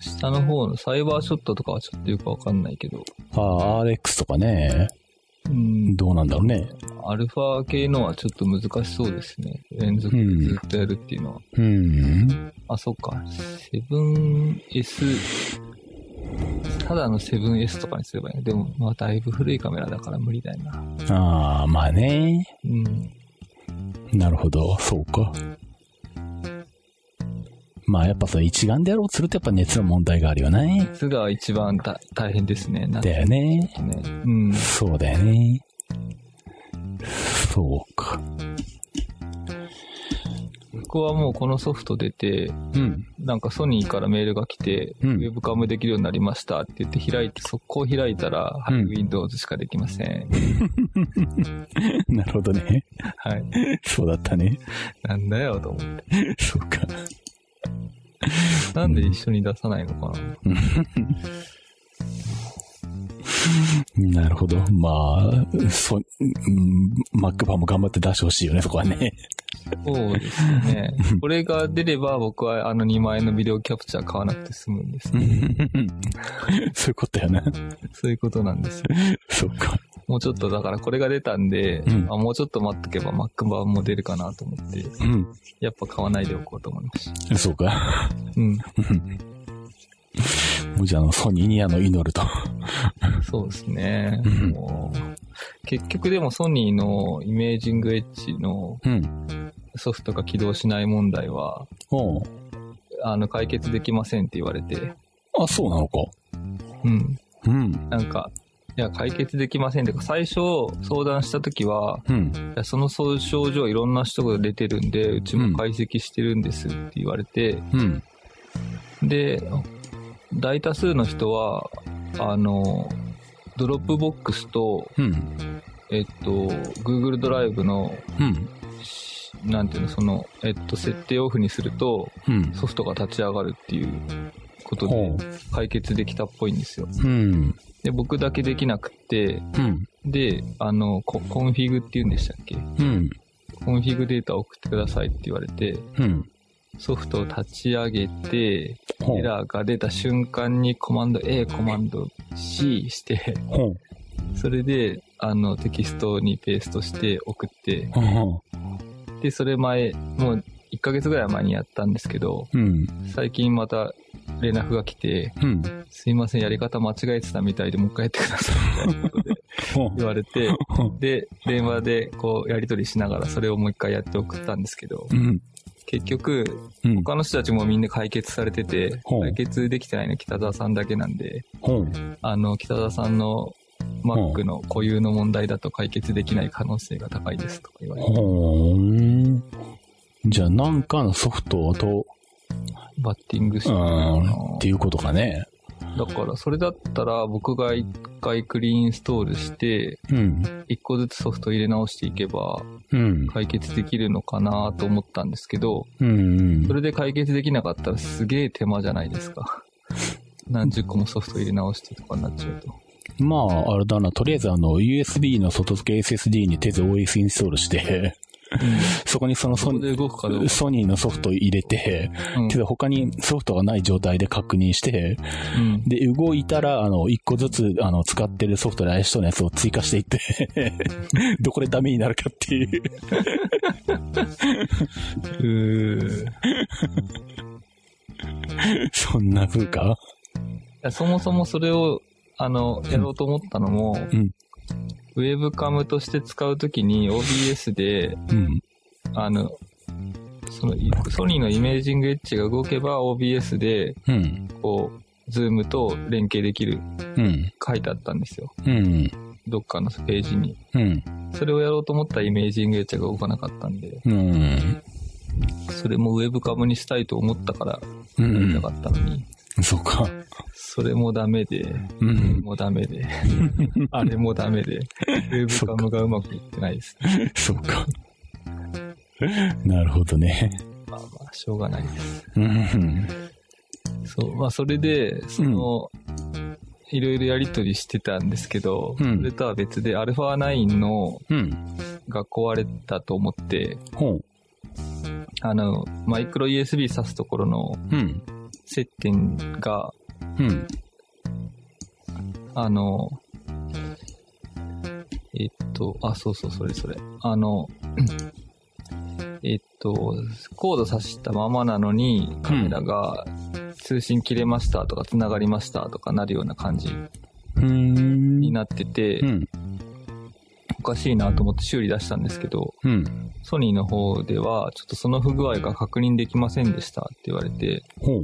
Speaker 3: 下の方のサイバーショットとかはちょっとよくわかんないけど、
Speaker 2: ああ、RX とかね。
Speaker 3: うん、
Speaker 2: どうなんだろうね。
Speaker 3: アルファ系のはちょっと難しそうですね。連続でずっとやるっていうのは。
Speaker 2: うん。
Speaker 3: あ、そっか。7S、ただの 7S とかにすればいいね。でも、まあだいぶ古いカメラだから無理だよな。
Speaker 2: ああ、まあね。
Speaker 3: うん。
Speaker 2: なるほど、そうか。まあやっぱさ、一眼でやろうとするとやっぱ熱の問題があるよね。
Speaker 3: すが一番大大変ですね。なんか
Speaker 2: だよね。
Speaker 3: ね。うん。
Speaker 2: そうだよね。そうか。
Speaker 3: 僕はもうこのソフト出て、
Speaker 2: うん。 *laughs*
Speaker 3: なんかソニーからメールが来て、
Speaker 2: うん
Speaker 3: ウェブカムできるようになりましたって言って開いて、速攻開いたら、はい
Speaker 2: うん
Speaker 3: Windows しかできません。
Speaker 2: なるほどね。
Speaker 3: はい。
Speaker 2: そうだったね。
Speaker 3: なんだよ、と思って。
Speaker 2: そうか。
Speaker 3: なんで一緒に出さないのかな。
Speaker 2: なるほど。まあ、そ、うん、Mac 版も頑張って出してほしいよね、そこはね。
Speaker 3: そうですよ *laughs* ね。これが出れば僕はあの2万円のビデオキャプチャー買わなくて済むんです。
Speaker 2: *laughs* そういうことやな。
Speaker 3: *laughs* そういうことなんですよ。
Speaker 2: そうか。
Speaker 3: もうちょっとだからこれが出たんで、
Speaker 2: うん
Speaker 3: あもうちょっと待っとけば Mac 版も出るかなと思って、
Speaker 2: うん。
Speaker 3: やっぱ買わないでおこうと思いました。
Speaker 2: そうか。
Speaker 3: うん。
Speaker 2: もうじゃああの、ソニーにあの、祈ると。
Speaker 3: そうですね。
Speaker 2: うん
Speaker 3: もう結局でもソニーのイメージングエッジの
Speaker 2: うん。
Speaker 3: ソフトが起動しない問題は、
Speaker 2: おう
Speaker 3: あの解決できませんって言われて、
Speaker 2: あ、そうなのか。
Speaker 3: うん。
Speaker 2: うん。
Speaker 3: なんか、いや、解決できませんってか、最初相談した時は、
Speaker 2: うん。
Speaker 3: いやその症状いろんな人が出てるんで、うちも解析してるんですって言われて、
Speaker 2: うん。
Speaker 3: で、大多数の人は、あの、ドロップボックスと、
Speaker 2: うん。
Speaker 3: えっと、Google ドライブの
Speaker 2: うん。
Speaker 3: しなんていうの、その、えっと、設定オフにすると、
Speaker 2: うん。
Speaker 3: ソフトが立ち上がるっていうこと
Speaker 2: ほ
Speaker 3: で、解決できたっぽいんですよ。
Speaker 2: う。うん。
Speaker 3: で、僕だけできなくって、
Speaker 2: うん。
Speaker 3: で、あの、ココンフィグって言うんでしたっけ
Speaker 2: うん。
Speaker 3: コンフィグデータを送ってくださいって言われて、
Speaker 2: うん。
Speaker 3: ソフトを立ち上げて、
Speaker 2: ほ
Speaker 3: エ
Speaker 2: う。
Speaker 3: ラーが出た瞬間にコマンド A、コマンド C して、 *laughs*
Speaker 2: ほう。
Speaker 3: それで、あの、テキストにペーストして送って、
Speaker 2: ほ
Speaker 3: で、それ前、もう1ヶ月ぐらい前にやったんですけど、
Speaker 2: う。うん。
Speaker 3: 最近また連絡が来て、
Speaker 2: うん。
Speaker 3: すいません、やり方間違えてたみたいで、もう一回やってください、みたいなことで
Speaker 2: ほう。
Speaker 3: 言われて、
Speaker 2: ほう。
Speaker 3: で、電話でこう、やり取りしながら、それをもう一回やって送ったんですけど、
Speaker 2: うん。
Speaker 3: 結局、
Speaker 2: うん。
Speaker 3: 他の人たちもみんな解決されてて、
Speaker 2: ほう
Speaker 3: 解決できてないの北澤さんだけなんで、
Speaker 2: ほう。
Speaker 3: あの、北澤さんの Mac の固有の問題だと解決できない可能性が高いですとか言われて、
Speaker 2: ほーん。じゃあ、なんかのソフトと、
Speaker 3: バッティングして
Speaker 2: う、
Speaker 3: たのかなん
Speaker 2: っていうことかね。
Speaker 3: だから、それだったら僕が一回クリーンインストールして、
Speaker 2: うん。
Speaker 3: 一個ずつソフト入れ直していけば
Speaker 2: うん。
Speaker 3: 解決できるのかなと思ったんですけど、
Speaker 2: うん。
Speaker 3: それで解決できなかったらすげえ手間じゃないですか。何十個もソフト入れ直してとかになっちゃうと。
Speaker 2: まあ、あれだな、とりあえずあの、USB の外付け SSD にとりあえず OS インストールして、 *laughs* そこにその
Speaker 3: そ
Speaker 2: ソ
Speaker 3: こ
Speaker 2: ニ
Speaker 3: で動くかどうか。
Speaker 2: ソニーのソフト入れて、
Speaker 3: うん
Speaker 2: けど他にソフトがない状態で確認して、
Speaker 3: うん
Speaker 2: で、動いたら、あの、一個ずつ、あの、使ってるソフトで怪しそうなやつを追加していって、 *laughs* どこでダメになるかっていう。
Speaker 3: うーい
Speaker 2: そんな風か
Speaker 3: やそもそもそれを、あの、やろうと思ったのも、
Speaker 2: うん
Speaker 3: ウェブカムとして使うときに OBS で、
Speaker 2: うん。
Speaker 3: あの、その、ソニーのイメージングエッジが動けば OBS で、
Speaker 2: うん。
Speaker 3: こう、ズームと連携できる、
Speaker 2: うん。
Speaker 3: 書いてあったんですよ。
Speaker 2: うん。
Speaker 3: どっかのページに。
Speaker 2: うん。
Speaker 3: それをやろうと思ったらイメージングエッジが動かなかったんで、
Speaker 2: うん。
Speaker 3: それもウェブカムにしたいと思ったから、
Speaker 2: う
Speaker 3: やりた
Speaker 2: ん
Speaker 3: か。ったのに、
Speaker 2: そうか。
Speaker 3: それもダメで、
Speaker 2: うん。
Speaker 3: もうダメで、
Speaker 2: *laughs*
Speaker 3: あれもダメで、ウェブカムがうまくいってないです。
Speaker 2: そうか。なるほどね。
Speaker 3: まあまあ、しょうがないです。
Speaker 2: うん。
Speaker 3: そう、まあそれで、その、いろいろやりとりしてたんですけど、
Speaker 2: うん
Speaker 3: それとは別で、α9 の
Speaker 2: うん。
Speaker 3: が壊れたと思って、
Speaker 2: ほう。
Speaker 3: あの、マイクロ USB 挿すところの
Speaker 2: うん。
Speaker 3: 接点が、
Speaker 2: うん。
Speaker 3: あの、えっと、あ、そうそう、それそれ。あの、えっと、コード挿したままなのに、カメラが通信切れましたとか、繋がりましたとかなるような感じ
Speaker 2: うん。
Speaker 3: になってて、
Speaker 2: うん。
Speaker 3: おかしいなと思って修理出したんですけど、
Speaker 2: うん。
Speaker 3: ソニーの方では、ちょっとその不具合が確認できませんでしたって言われて、
Speaker 2: ほう。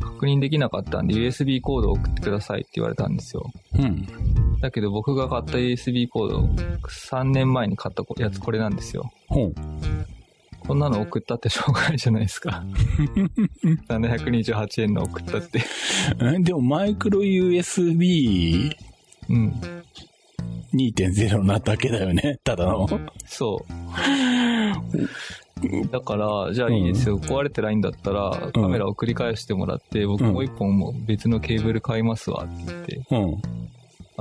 Speaker 3: 確認できなかったんで USB コードを送ってくださいって言われたんですよ。
Speaker 2: うん。
Speaker 3: だけど僕が買った USB コード、3年前に買ったやつこれなんですよ。
Speaker 2: ほう。
Speaker 3: こんなの送ったってしょうがないじゃないですか。728円の送ったって。
Speaker 2: えでも、マイクロ USB2.0
Speaker 3: うん。
Speaker 2: なだけだよね。ただの。
Speaker 3: そう。だから、じゃあいいですよ。壊れてないんだったら、
Speaker 2: うん
Speaker 3: カメラを繰り返してもらって、僕
Speaker 2: うん
Speaker 3: もう一本もう別のケーブル買いますわって言って、
Speaker 2: うん。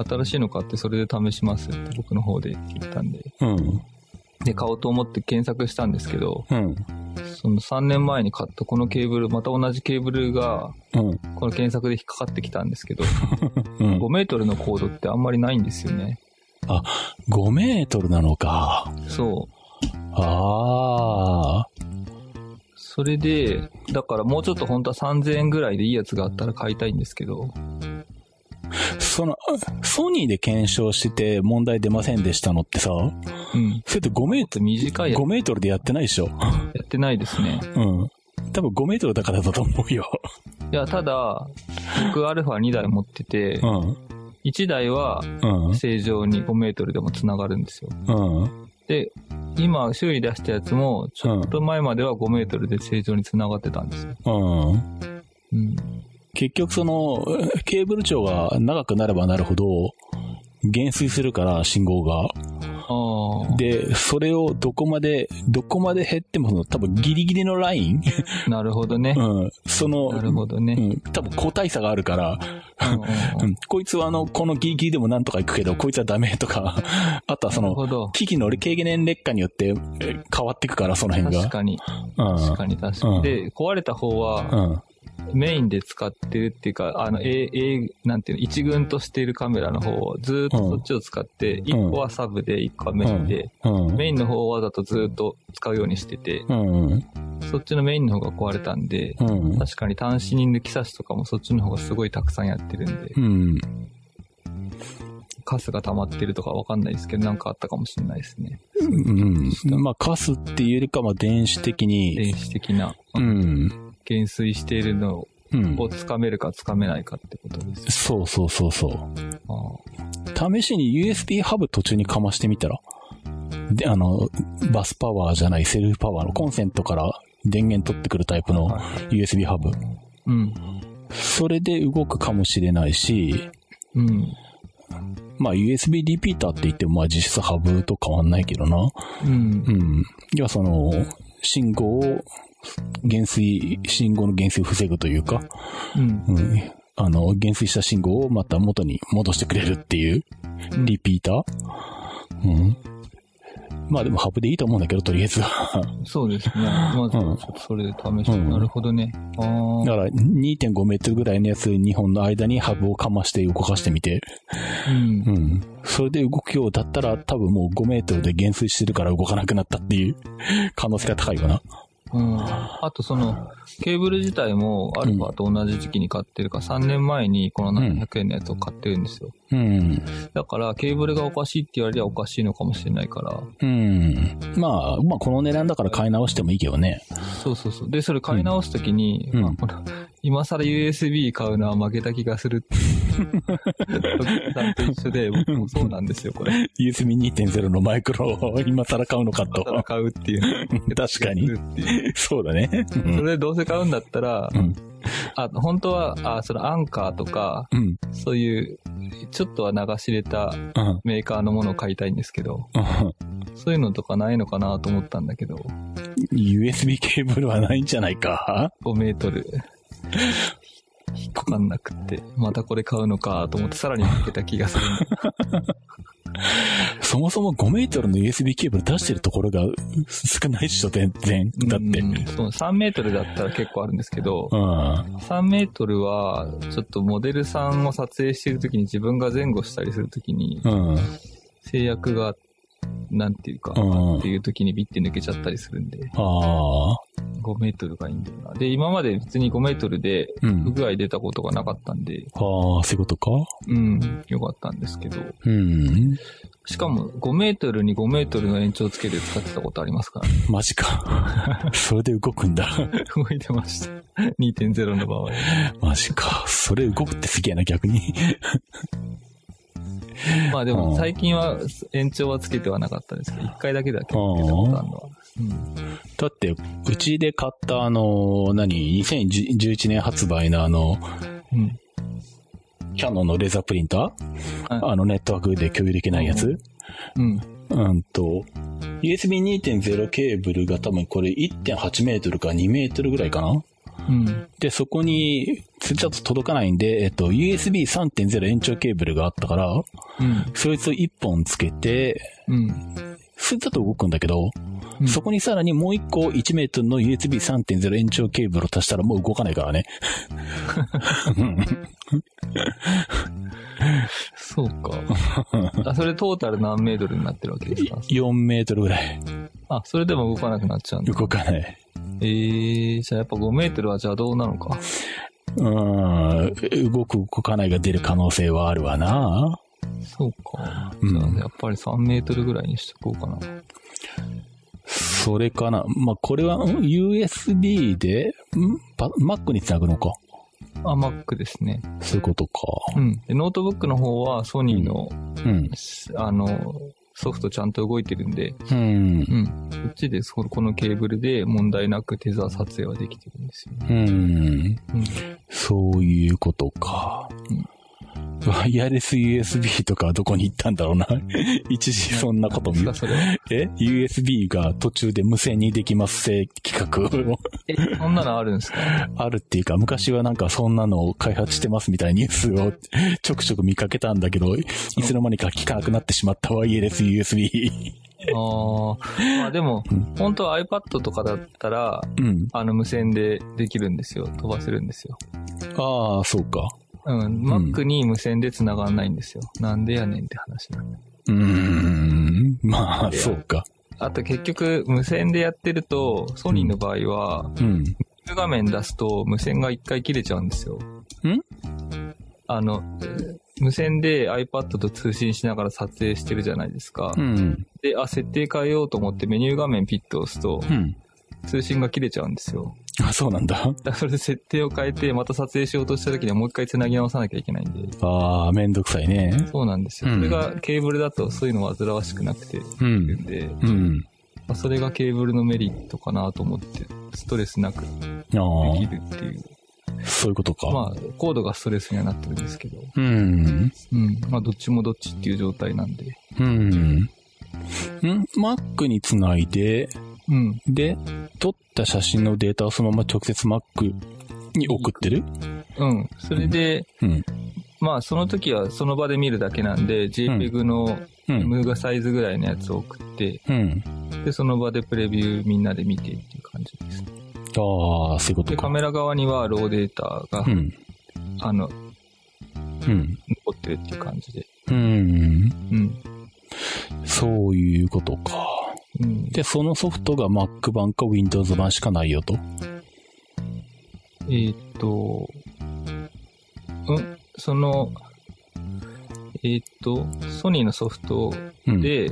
Speaker 3: 新しいの買ってそれで試しますって僕の方で言ったんで。
Speaker 2: うん。
Speaker 3: で、買おうと思って検索したんですけど、
Speaker 2: うん。
Speaker 3: その3年前に買ったこのケーブル、また同じケーブルが、
Speaker 2: うん。
Speaker 3: この検索で引っかかってきたんです
Speaker 2: *laughs*
Speaker 3: けど、
Speaker 2: うん。
Speaker 3: 5メートルのコードってあんまりないんですよね。
Speaker 2: 5メートルなのか。
Speaker 3: そう。
Speaker 2: ああ。
Speaker 3: それで、だからもうちょっと本当は3000円ぐらいでいいやつがあったら買いたいんですけど、
Speaker 2: その、あソニーで検証してて問題出ませんでしたのってさ、
Speaker 3: うん。
Speaker 2: それって5メー
Speaker 3: ちょっと短いやつ
Speaker 2: 5メートルでやってないでしょ。
Speaker 3: やってないですね。
Speaker 2: うん。多分5メートルだからだと思うよ。
Speaker 3: いや、ただ、僕 α2 台持ってて
Speaker 2: う、ん。
Speaker 3: 1台は
Speaker 2: うん。
Speaker 3: 正常に5メートルでも繋がるんですよ。
Speaker 2: うん。
Speaker 3: で、今修理出したやつも、ちょっと前までは5メートルで正常に繋がってたんですよ。
Speaker 2: うん。
Speaker 3: うん。
Speaker 2: 結局その、ケーブル長が長くなればなるほど、減衰するから、信号が。
Speaker 3: ああ。
Speaker 2: で、それをどこまで、どこまで減っても、その多分ギリギリのラ
Speaker 3: *laughs*
Speaker 2: イン
Speaker 3: なるほどね。
Speaker 2: うん。その、
Speaker 3: なるほど
Speaker 2: う
Speaker 3: ね。
Speaker 2: ん。多分個体差があるから、
Speaker 3: うん
Speaker 2: う
Speaker 3: うん
Speaker 2: ん、こいつはあの、このギリギリでもなんとか行くけど、こいつはダメとか、 *laughs* あとはそ
Speaker 3: なる
Speaker 2: の、
Speaker 3: ほど。
Speaker 2: 機器の経年劣化によってえ変わっていくから、その辺が。
Speaker 3: 確かに。
Speaker 2: うん
Speaker 3: 確かに確か
Speaker 2: うん
Speaker 3: に。で、壊れた方は、
Speaker 2: うん。
Speaker 3: メインで使ってるっていうか、あの、A、A、なんていうの、一群としているカメラの方をずーっとそっちを使って、一個はサブで、一個はメインで、
Speaker 2: うん。
Speaker 3: メインの方をわざとずーっと使うようにしてて、
Speaker 2: うん。
Speaker 3: そっちのメインの方が壊れたんで、
Speaker 2: うん。
Speaker 3: 確かに端子に抜き差しとかもそっちの方がすごいたくさんやってるんで
Speaker 2: う、ん。
Speaker 3: カスが溜まってるとかわかんないですけど、なんかあったかもしれないですね。
Speaker 2: うん。まあ、カスっていうよりか、まあ、電子的に、
Speaker 3: 電子的な
Speaker 2: うん。
Speaker 3: 減衰しているの
Speaker 2: うん。
Speaker 3: をつかめるかつかめないかってことですよ。
Speaker 2: そうそうそうそう。
Speaker 3: あ
Speaker 2: 試しに USB ハブ途中にかましてみたら、で、あの、バスパワーじゃない、セルフパワーのコンセントから電源取ってくるタイプの
Speaker 3: は
Speaker 2: USB ハブ。
Speaker 3: ーうん。
Speaker 2: それで動くかもしれないし、
Speaker 3: うん。
Speaker 2: まあ USB リピーターって言ってもまあ実質ハブと変わんないけどな。
Speaker 3: うん
Speaker 2: う。ん。要はその、信号を、減衰、信号の減衰を防ぐというか、
Speaker 3: うん。
Speaker 2: うん。あの、減衰した信号をまた元に戻してくれるっていう、リピーターうん。まあでもハブでいいと思うんだけど、とりあえずは。
Speaker 3: そうですね。まあ、ちょっとそれで試して、
Speaker 2: うん
Speaker 3: なるほどね。あ
Speaker 2: だ
Speaker 3: あ、
Speaker 2: から2.5メートルぐらいのやつ2本の間にハブをかまして動かしてみて。
Speaker 3: うん
Speaker 2: う。ん。それで動くようだったら多分もう5メートルで減衰してるから動かなくなったっていう *laughs* 可能性が高いかな。
Speaker 3: うん。あとその、ケーブル自体もアルファと同じ時期に買ってるから、3年前にこの700円のやつを買ってるんですよ。
Speaker 2: うん。
Speaker 3: だから、ケーブルがおかしいって言われりゃおかしいのかもしれないから。
Speaker 2: うん。まあ、まあこの値段だから買い直してもいいけどね。
Speaker 3: そうそうそう。で、それ買い直すときに、
Speaker 2: うん
Speaker 3: まあこの今更 USB 買うのは負けた気が
Speaker 2: *laughs*
Speaker 3: するって。ドキッさんと一緒で、僕もそうなんですよ、これ。
Speaker 2: USB2.0 のマイクロを *laughs* 今更買うのか
Speaker 3: 今更
Speaker 2: と。
Speaker 3: 買うっていう。
Speaker 2: 確かに。 *laughs* そうだね。う
Speaker 3: そ
Speaker 2: ん。
Speaker 3: れどうせ買うんだったら、
Speaker 2: うん
Speaker 3: あ、本当は、あ、そのアンカーとか、
Speaker 2: うん。
Speaker 3: そういう、ちょっとは流し入れた
Speaker 2: うん。
Speaker 3: メーカーのものを買いたいんですけど、
Speaker 2: うん
Speaker 3: そういうのとかないのかなと思ったんだけど、
Speaker 2: USB ケーブルはないんじゃないか
Speaker 3: 5メートル。引っかかんなくって、またこれ買うのかと思って、さらに負けた気がするんだ。
Speaker 2: そもそも5メートルの USB ケーブル出してるところが少ないっしょ、全然。 *laughs* だって。
Speaker 3: うんそう3メートルだったら結構あるんですけど
Speaker 2: う、ん。
Speaker 3: 3メートルは、ちょっとモデルさんを撮影してるときに自分が前後したりするときに、
Speaker 2: うん。
Speaker 3: 制約が、なんていうか、
Speaker 2: うん
Speaker 3: っていう時にビッて抜けちゃったりするんで、
Speaker 2: ああ。
Speaker 3: 5メートルがいいんだよな。で、今まで別に5メートルで
Speaker 2: うん
Speaker 3: 不。具合出たことがなかったんで、
Speaker 2: ああ、そういうことか
Speaker 3: うん、よかったんですけど、
Speaker 2: うん。
Speaker 3: しかも5メートルに5メートルの延長つけて使ってたことありますから、ね、 *laughs*
Speaker 2: マジ *laughs* か。それで動くんだ。
Speaker 3: 動いてました。2.0の場合。
Speaker 2: マジか。それ動くってすげえな、逆に。
Speaker 3: まあで
Speaker 2: うん
Speaker 3: も最近は延長はつけてはなかったですけど、1回だけだけつけたことあるのは。うん
Speaker 2: *laughs* だって、うちで買ったあの、何、2011年発売のあの、
Speaker 3: うん。
Speaker 2: キャノンのレーザープリンター
Speaker 3: は
Speaker 2: あの、ネットワークで共有できないやつ
Speaker 3: うん。
Speaker 2: うんと、USB2.0 ケーブルが多分これ1.8メートルか2メートルぐらいかな
Speaker 3: うん。
Speaker 2: で、そこに、ちょっと届かないんで、えっと、USB3.0 延長ケーブルがあったから、
Speaker 3: うん。
Speaker 2: そいつを1本つけて、
Speaker 3: うん。
Speaker 2: それだと動くんだけど、
Speaker 3: うん
Speaker 2: そこにさらにもう1個1メートルの USB3.0 延長ケーブルを足したらもう動かないからね。
Speaker 3: そうか。あ、それトータル何メートルになってるわけですか
Speaker 2: 4メートルぐらい
Speaker 3: あ、それでも動かなくなっちゃうんだ。
Speaker 2: 動かない。
Speaker 3: えー、じゃあやっぱ5メートルは邪道なのか。
Speaker 2: うーん、動く動かないが出る可能性はあるわな。
Speaker 3: そうか。
Speaker 2: うん
Speaker 3: じゃあやっぱり3メートルぐらいにしとこうかな。
Speaker 2: それかな。まあ、これは、ん USB で、んパ ?Mac につなぐのか。
Speaker 3: あ、Mac ですね。
Speaker 2: そういうことか。
Speaker 3: うん。で、ノートブックの方はソニーの、
Speaker 2: うん。
Speaker 3: あの、ソフトちゃんと動いてるんで、
Speaker 2: うん。
Speaker 3: うん。こっちで、そこのケーブルで問題なくテザー撮影はできてるんですよね。
Speaker 2: うん。
Speaker 3: うん。
Speaker 2: そういうことか。ワイヤレス USB とかはどこに行ったんだろうな。一時そんなこと
Speaker 3: です
Speaker 2: 見
Speaker 3: か、それは。
Speaker 2: え ?USB が途中で無線にできますせ企画
Speaker 3: え、そんなのある
Speaker 2: *laughs*
Speaker 3: んですか
Speaker 2: あるっていうか、昔はなんかそんなのを開発してますみたいなニュースをちょくちょく見かけたんだけど、いつの間にか聞かなくなってしまったワイヤレス USB。
Speaker 3: ああ。まあでも、本当は iPad とかだったら、
Speaker 2: うん。
Speaker 3: あの無線でできるんですよ。飛ばせるんですよ。
Speaker 2: ああ、そうか。
Speaker 3: うん。Mac に無線で繋がんないんですよ。なんでやねんって話なんだ
Speaker 2: うーん。まあ、そうか。
Speaker 3: あと結局、無線でやってると、ソニーの場合は、
Speaker 2: うん。
Speaker 3: 画面出すと無線が一回切れちゃうんですよ。
Speaker 2: ん
Speaker 3: あの、えー無線で iPad と通信しながら撮影してるじゃないですか。
Speaker 2: うん。
Speaker 3: で、あ、設定変えようと思ってメニュー画面ピッと押すと、
Speaker 2: うん。
Speaker 3: 通信が切れちゃうんですよ。
Speaker 2: あ、そうなんだ。
Speaker 3: だからそれで設定を変えて、また撮影しようとした時にはもう一回繋ぎ直さなきゃいけないんで。
Speaker 2: ああ、めんどくさいね。
Speaker 3: そうなんですよ。
Speaker 2: うん
Speaker 3: それがケーブルだとそういうのは煩わしくなくて、
Speaker 2: う。
Speaker 3: いうんんで、
Speaker 2: うん。
Speaker 3: まあそれがケーブルのメリットかなと思って、ストレスなくで
Speaker 2: あ
Speaker 3: きるっていう。
Speaker 2: あ、そういうことか。
Speaker 3: まあ、コードがストレスにはなってるんですけど。
Speaker 2: うん。
Speaker 3: うん。まあ、どっちもどっちっていう状態なんで。
Speaker 2: うん。ん ?Mac につないで、
Speaker 3: うん。
Speaker 2: で、撮った写真のデータをそのまま直接 Mac に送ってる
Speaker 3: うん。それで、
Speaker 2: うん。
Speaker 3: まあその時はその場で見るだけなんで、JPEG の
Speaker 2: うん。
Speaker 3: ムーガサイズぐらいのやつを送って、
Speaker 2: うん。
Speaker 3: で、その場でプレビューみんなで見てっていう感じです。
Speaker 2: ああ、そういうこと
Speaker 3: で、カ
Speaker 2: か。
Speaker 3: メラ側にはローデータが、
Speaker 2: うん。
Speaker 3: あの、
Speaker 2: うん。
Speaker 3: 残ってるっていう感じで。
Speaker 2: うん。
Speaker 3: うん。
Speaker 2: そういうことか。
Speaker 3: うん、
Speaker 2: で、そのソフトが Mac 版か Windows 版しかないよと。
Speaker 3: えーっと、うん、その、えーっと、ソニーのソフト
Speaker 2: うん。、
Speaker 3: で、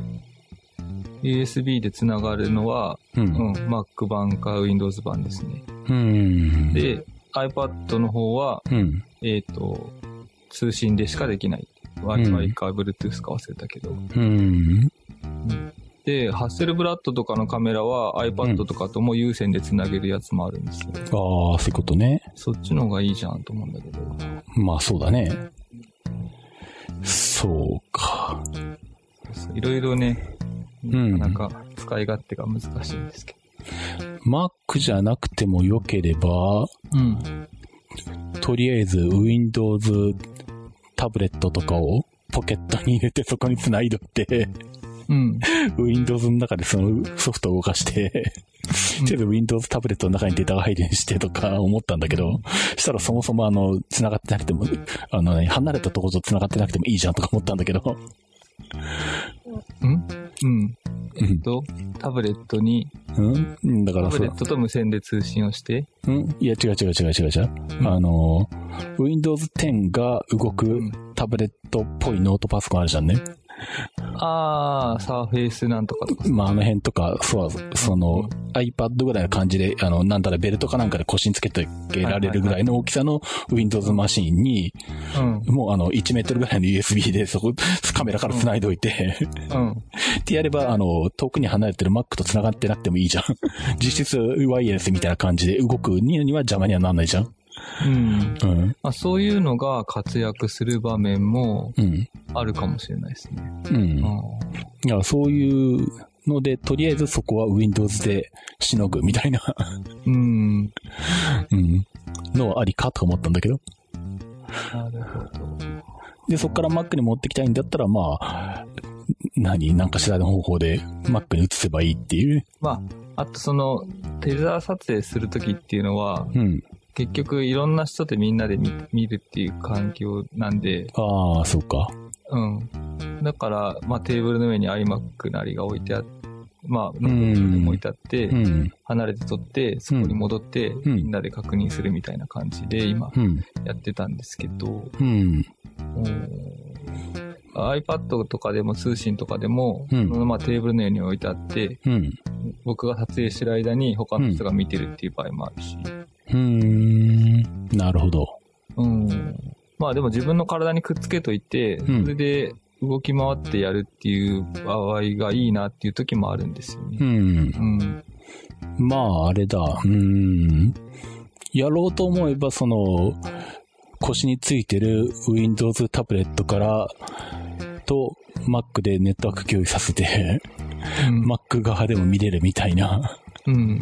Speaker 3: USB でつながるのは、
Speaker 2: う。
Speaker 3: うんん、Mac 版か Windows 版ですね。
Speaker 2: うん。、
Speaker 3: で、iPad の方は、
Speaker 2: うん。
Speaker 3: えーっと、通信でしかできない。Wi-Fi か Bluetooth か忘れたけど。
Speaker 2: うん。
Speaker 3: で、ハッセルブラッドとかのカメラは iPad とかとも有線でつなげるやつもあるんですよ。
Speaker 2: ああ、そういうことね。
Speaker 3: そっちの方がいいじゃんと思うんだけど。
Speaker 2: まあ、そうだね。そうか。
Speaker 3: いろいろね、
Speaker 2: ん
Speaker 3: なかなか使い勝手が難しいんですけ
Speaker 2: Mac じゃなくても良ければ、
Speaker 3: ど。うん。
Speaker 2: とりあえず Windows タブレットとかをポケットに入れてそこに繋いどいて、 *laughs*
Speaker 3: うん。
Speaker 2: Windows の中でそのソフトを動かして、とりあえず Windows タブレットの中にデータが配電してとか思ったんだけど、したらそもそもあの、繋がってなくても、あのね、離れたところと繋がってなくてもいいじゃんとか思ったんだけど、
Speaker 3: うんうん。
Speaker 2: う
Speaker 3: えっと、タブレットに、
Speaker 2: んうんだか
Speaker 3: タ
Speaker 2: ら
Speaker 3: ブ
Speaker 2: そ
Speaker 3: レ
Speaker 2: う
Speaker 3: ットと無線で通信をして、
Speaker 2: うんいや、違う違う違う違う違う。
Speaker 3: うん
Speaker 2: あの、Windows 10が動く
Speaker 3: ん
Speaker 2: タブレットっぽいノートパソコンあるじゃんね。
Speaker 3: あー、サーフェイスなんとかとか。
Speaker 2: まあ、あの辺とか、そう、その、iPad ぐらいの感じで、あの、なんだらベルトかなんかで腰につけてられるぐらいの大きさの Windows マシンに、
Speaker 3: うん。
Speaker 2: もうあの、1メートルぐらいの USB で、そこ、カメラから繋いでおいて、
Speaker 3: うん。
Speaker 2: ってやれば、あの、遠くに離れてる Mac と繋がってなくてもいいじゃん。実質、ワイヤレスみたいな感じで動くには邪魔にはなんないじゃん。
Speaker 3: うん。
Speaker 2: うん。
Speaker 3: まあ、そういうのが活躍する場面も
Speaker 2: うん。
Speaker 3: あるかもしれないですね。
Speaker 2: うん。
Speaker 3: うん。
Speaker 2: いや、そういうので、とりあえずそこは Windows でしのぐみたいな、
Speaker 3: うん。
Speaker 2: うん、のはありかと思ったんだけど。
Speaker 3: なるほど。
Speaker 2: で、そこから Mac に持ってきたいんだったら、まあ、何なんかしらの方法で Mac に移せばいいっていう。
Speaker 3: まあ、あとその、テザー撮影するときっていうのは、
Speaker 2: うん。
Speaker 3: 結局いろんな人でみんなで見見るっていう環境なんで、
Speaker 2: ああ、そうか。
Speaker 3: うん。だから、まあテーブルの上に iMac なりが置いてあって、まあ、
Speaker 2: ん
Speaker 3: 置いてあって
Speaker 2: う、ん。
Speaker 3: 離れて撮って、そこに戻って、
Speaker 2: ん
Speaker 3: みんなで確認するみたいな感じで今
Speaker 2: うん。
Speaker 3: やってたんですけど、
Speaker 2: うん。
Speaker 3: うん iPad とかでも通信とかでも、
Speaker 2: うん
Speaker 3: そのまあテーブルの上に置いてあって、
Speaker 2: うん。
Speaker 3: 僕が撮影してる間に他の人が見てるっていう場合もあるし、
Speaker 2: うーん。なるほど。
Speaker 3: うん。まあでも自分の体にくっつけといて、
Speaker 2: ん
Speaker 3: それで動き回ってやるっていう場合がいいなっていう時もあるんですよ
Speaker 2: う
Speaker 3: ね。
Speaker 2: ん。
Speaker 3: うん。
Speaker 2: まあ、あれだ。うーん。やろうと思えば、その、腰についてる Windows タブレットから、と、Mac でネットワーク共有させて、 *laughs*
Speaker 3: うん。
Speaker 2: Mac 側でも見れるみたいな。
Speaker 3: うん。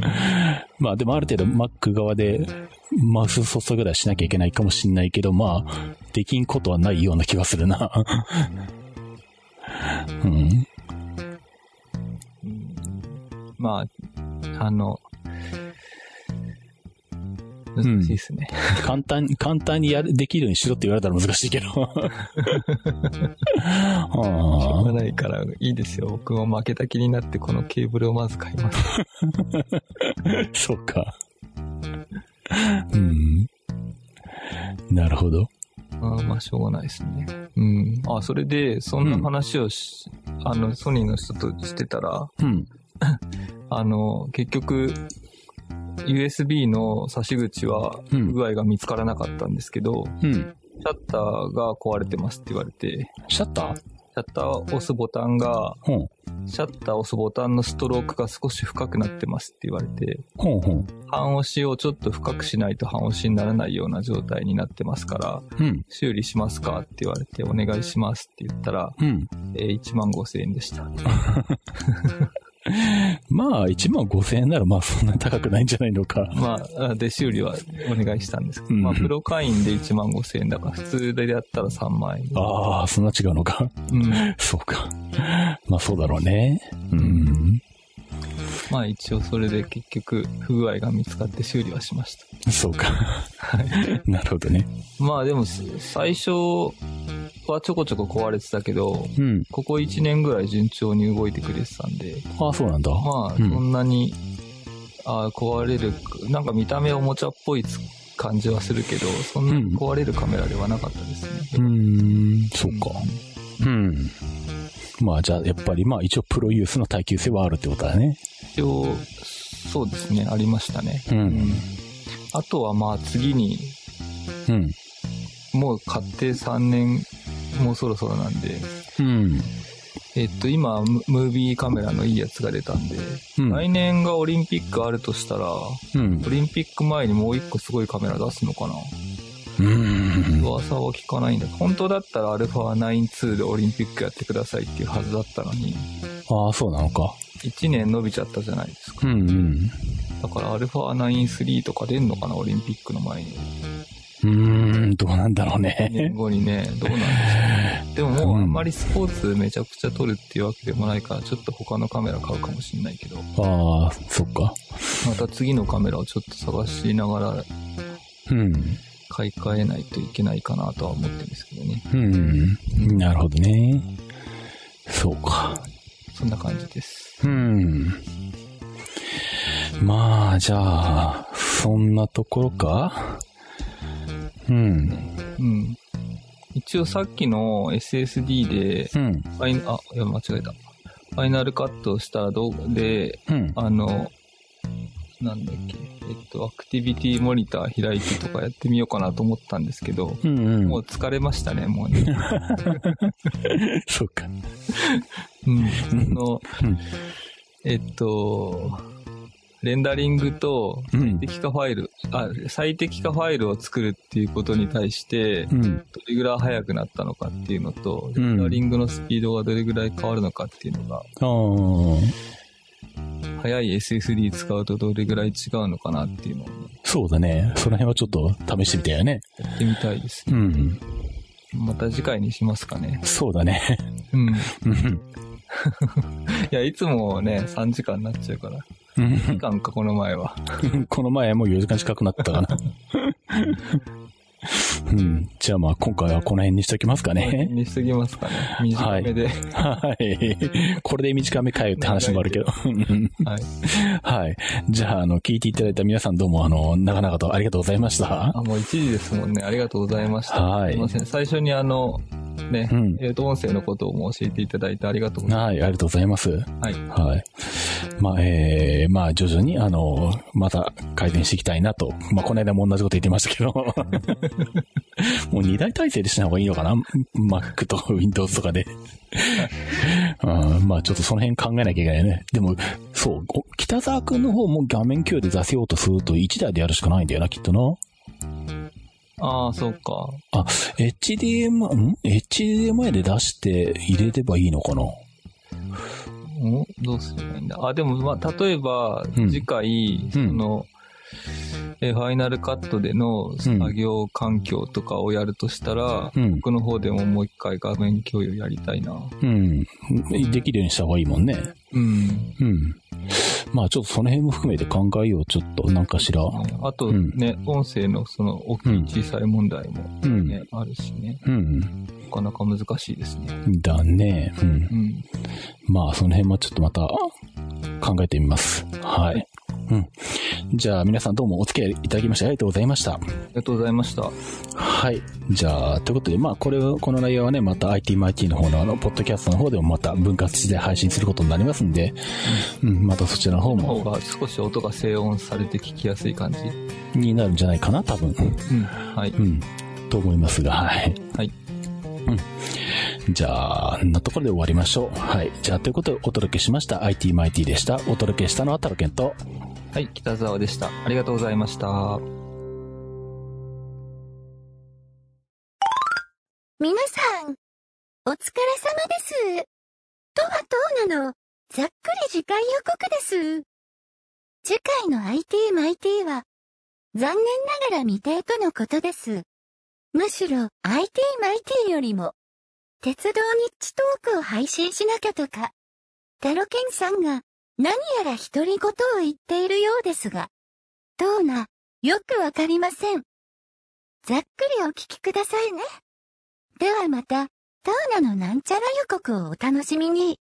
Speaker 2: まあでもある程度 Mac 側でマウス操作ぐらいしなきゃいけないかもしんないけど、まあ、できんことはないような気がするな。 *laughs* うん。
Speaker 3: まあ、あの、難しいですね。
Speaker 2: 簡単、簡単にやる、できるようにしろって言われたら難しいけど。 *laughs*
Speaker 3: しょ
Speaker 2: あ
Speaker 3: う
Speaker 2: あ
Speaker 3: がないからいいですよ。僕も負けた気になってこのケーブルをまず買います。
Speaker 2: そうか。うん。なるほど。
Speaker 3: あーまあ、しょうがないですね。うん。あ、それで、そんな話をし、あの、ソニーの人としてたら、
Speaker 2: うん。
Speaker 3: あの、結局、USB の差し口は
Speaker 2: う
Speaker 3: 不
Speaker 2: ん。
Speaker 3: 具合が見つからなかったんですけど、
Speaker 2: うん。
Speaker 3: シャッターが壊れてますって言われて、
Speaker 2: シャッター
Speaker 3: シャッターを押すボタンが、
Speaker 2: ほん。
Speaker 3: シャッターを押すボタンのストロークが少し深くなってますって言われて、
Speaker 2: ほんほん。
Speaker 3: 半押しをちょっと深くしないと半押しにならないような状態になってますから、
Speaker 2: うん。
Speaker 3: 修理しますかって言われて、お願いしますって言ったら、
Speaker 2: うん。
Speaker 3: えー1万5千円でした。
Speaker 2: まあ、1万5000円ならまあそんなに高くないんじゃないのか。
Speaker 3: まあ、あで、修理はお願いしたんですけど、
Speaker 2: うん
Speaker 3: まあ、プロ会員で1万5千円だから、普通でやったら3万円。
Speaker 2: ああ、そんな違うのか。
Speaker 3: うん。
Speaker 2: そうか。まあそうだろうね。うん。
Speaker 3: まあ、一応それで結局、不具合が見つかって修理はしました。
Speaker 2: そうか。 *laughs* なるほどね。
Speaker 3: まあ、でも、最初はちょこちょこ壊れてたけど、
Speaker 2: うん。
Speaker 3: ここ1年ぐらい順調に動いてくれてたんで、
Speaker 2: ああ、そうなんだ。
Speaker 3: まあ、
Speaker 2: う
Speaker 3: そ
Speaker 2: ん
Speaker 3: んなに、あー壊れる、なんか見た目おもちゃっぽいつ感じはするけど、そんな
Speaker 2: うん
Speaker 3: 壊れるカメラではなかったです
Speaker 2: う
Speaker 3: ね。
Speaker 2: ーん、そうか。うん。まあじゃあ、やっぱりまあ一応プロユースの耐久性はあるってことだね。
Speaker 3: 一応、そうですね、ありましたね。
Speaker 2: うん
Speaker 3: あとはまあ次に、
Speaker 2: うん。
Speaker 3: もう買って3年、もうそろそろなんで、
Speaker 2: うん。
Speaker 3: えっと今、ムムービーカメラのいいやつが出たんで、
Speaker 2: うん。
Speaker 3: 来年がオリンピックあるとしたら、
Speaker 2: うん
Speaker 3: オ。リンピック前にもう一個すごいカメラ出すのかな
Speaker 2: うん。
Speaker 3: 噂は聞かないんだ。本当だったら α9-2 でオリンピックやってくださいっていうはずだったのに、
Speaker 2: ああ、そうなのか。
Speaker 3: 1年伸びちゃったじゃないですか。
Speaker 2: うんうん。
Speaker 3: だから α9-3 とか出んのかな、オリンピックの前に。
Speaker 2: うーん、どうなんだろう
Speaker 3: 2年
Speaker 2: ね。
Speaker 3: 後にね、どうなんでしょうね。でももうあんまりスポーツめちゃくちゃ撮るっていうわけでもないから、ちょっと他のカメラ買うかもしんないけど、ま
Speaker 2: ああ、そっか。
Speaker 3: た次のカメラをちょっと探しながら
Speaker 2: うん。
Speaker 3: 買い替えないといけないかなとは思ってるんですけどね。
Speaker 2: うん。なるほどね。そうか。
Speaker 3: そんな感じです。
Speaker 2: うん。まあ、じゃあ、そんなところかうん。
Speaker 3: うん。一応さっきの SSD で、
Speaker 2: うん。
Speaker 3: ファイナあ、いや、間違えた。ファイナルカットした動画で、
Speaker 2: うん。
Speaker 3: あの、なんだっけ、えっと、アクティビティモニター開いてとかやってみようかなと思ったんですけど、
Speaker 2: うんうん。
Speaker 3: もう疲れましたね、もうね。
Speaker 2: *laughs* そうか。
Speaker 3: うん。その
Speaker 2: うん、
Speaker 3: えっと、レンダリングと
Speaker 2: うん。
Speaker 3: 最適化ファイル、あ、最適化ファイルを作るっていうことに対して、
Speaker 2: うん。
Speaker 3: どれぐらい速くなったのかっていうのと、
Speaker 2: う
Speaker 3: レ
Speaker 2: ん
Speaker 3: ンダリングのスピードがどれぐらい変わるのかっていうのが、
Speaker 2: ああ。
Speaker 3: 速い SSD 使うとどれぐらい違うのかなっていうのを
Speaker 2: そうだね。その辺はちょっと試してみたいよね。
Speaker 3: やってみたいですね。
Speaker 2: うん。
Speaker 3: また次回にしますかね。
Speaker 2: そうだね。 *laughs*
Speaker 3: うん。い
Speaker 2: うん。
Speaker 3: や、いつもね、3時間になっちゃうから。
Speaker 2: うん
Speaker 3: 時間か、この前は。
Speaker 2: この前もう4時間近くなったかな。うん。じゃあまあ今回はこの辺にしときますかね。
Speaker 3: にしときますかね。短めで。はい。
Speaker 2: はい。これで短めかよって話もあるけど。うんはい。じゃあ、あの、聞いていただいた皆さんどうも、あの、長々とありがとうございました。
Speaker 3: あ、もう1時ですもんね。ありがとうございました。
Speaker 2: はい
Speaker 3: すいません。最初にあの、ね、
Speaker 2: うん
Speaker 3: えっ、と、音声のことをも教えていただいてありがとうござい
Speaker 2: はい、ありがとうございます。
Speaker 3: ます。はい。
Speaker 2: はい。まあ、えー、まあ、徐々に、あの、また改善していきたいなと。まあ、この間も同じこと言ってましたけど。もう二大体制でしない方がいいのかな ?Mac と Windows とかで。うん、まあ、ちょっとその辺考えなきゃいけないね。でも、そう、お北沢くんの方も画面共有で出せようとすると1台でやるしかないんだよな、きっとな。
Speaker 3: ああ、そうか。
Speaker 2: あ、HDMI、ん ?HDMI で出して入れればいいのかな
Speaker 3: おどうすればいいんだあ、でも、まあ、例えば、
Speaker 2: うん
Speaker 3: 次回、その、えーファイナルカットでの作業環境とかをやるとしたら、
Speaker 2: うん。
Speaker 3: 僕の方でももう一回画面共有やりたいな。
Speaker 2: うん。できるようにした方がいいもんね。
Speaker 3: うん。
Speaker 2: うん。まあちょっとその辺も含めて考えよう、ちょっと、なんかしら。
Speaker 3: あと
Speaker 2: うん
Speaker 3: ね、音声のその大き
Speaker 2: うん
Speaker 3: い小さい問題も
Speaker 2: う
Speaker 3: ね
Speaker 2: ん。、
Speaker 3: あるしね。
Speaker 2: うん。
Speaker 3: なかなか難しいですね。
Speaker 2: だね。うん
Speaker 3: う。ん。
Speaker 2: まあその辺もちょっとまた考えてみます。はい。うん。じゃあ皆さんどうもお付き合いいただきましてありがとうございました。
Speaker 3: ありがとうございました。
Speaker 2: はい。じゃあ、ということで、まあ、これを、この内容はね、また ITMIT の方の、あの、ポッドキャストの方でもまた分割して配信することになりますんで、うん、またそちらの方
Speaker 3: の方
Speaker 2: も、
Speaker 3: が少し音が静音されて聞きやすい感じ。う
Speaker 2: になるんじゃないかな、多分。
Speaker 3: ん。はい。
Speaker 2: うん、と思いますが、はい。
Speaker 3: はい。
Speaker 2: じゃあ、あんなところで終わりましょう。はい。じゃあ、ということでお届けしました。IT マイティでした。お届けしたのはタロケンと。
Speaker 3: はい、北沢でした。ありがとうございました。
Speaker 1: 皆さん、お疲れ様です。とはどうなのざっくり次回予告です。次回の ITMIT は、残念ながら未定とのことです。むしろ ITMIT よりも、鉄道ニッチトークを配信しなきゃとか、タロケンさんが何やら独り言を言っているようですが、どうな、よくわかりません。ざっくりお聞きくださいね。ではまた、トーナのなんちゃら予告をお楽しみに。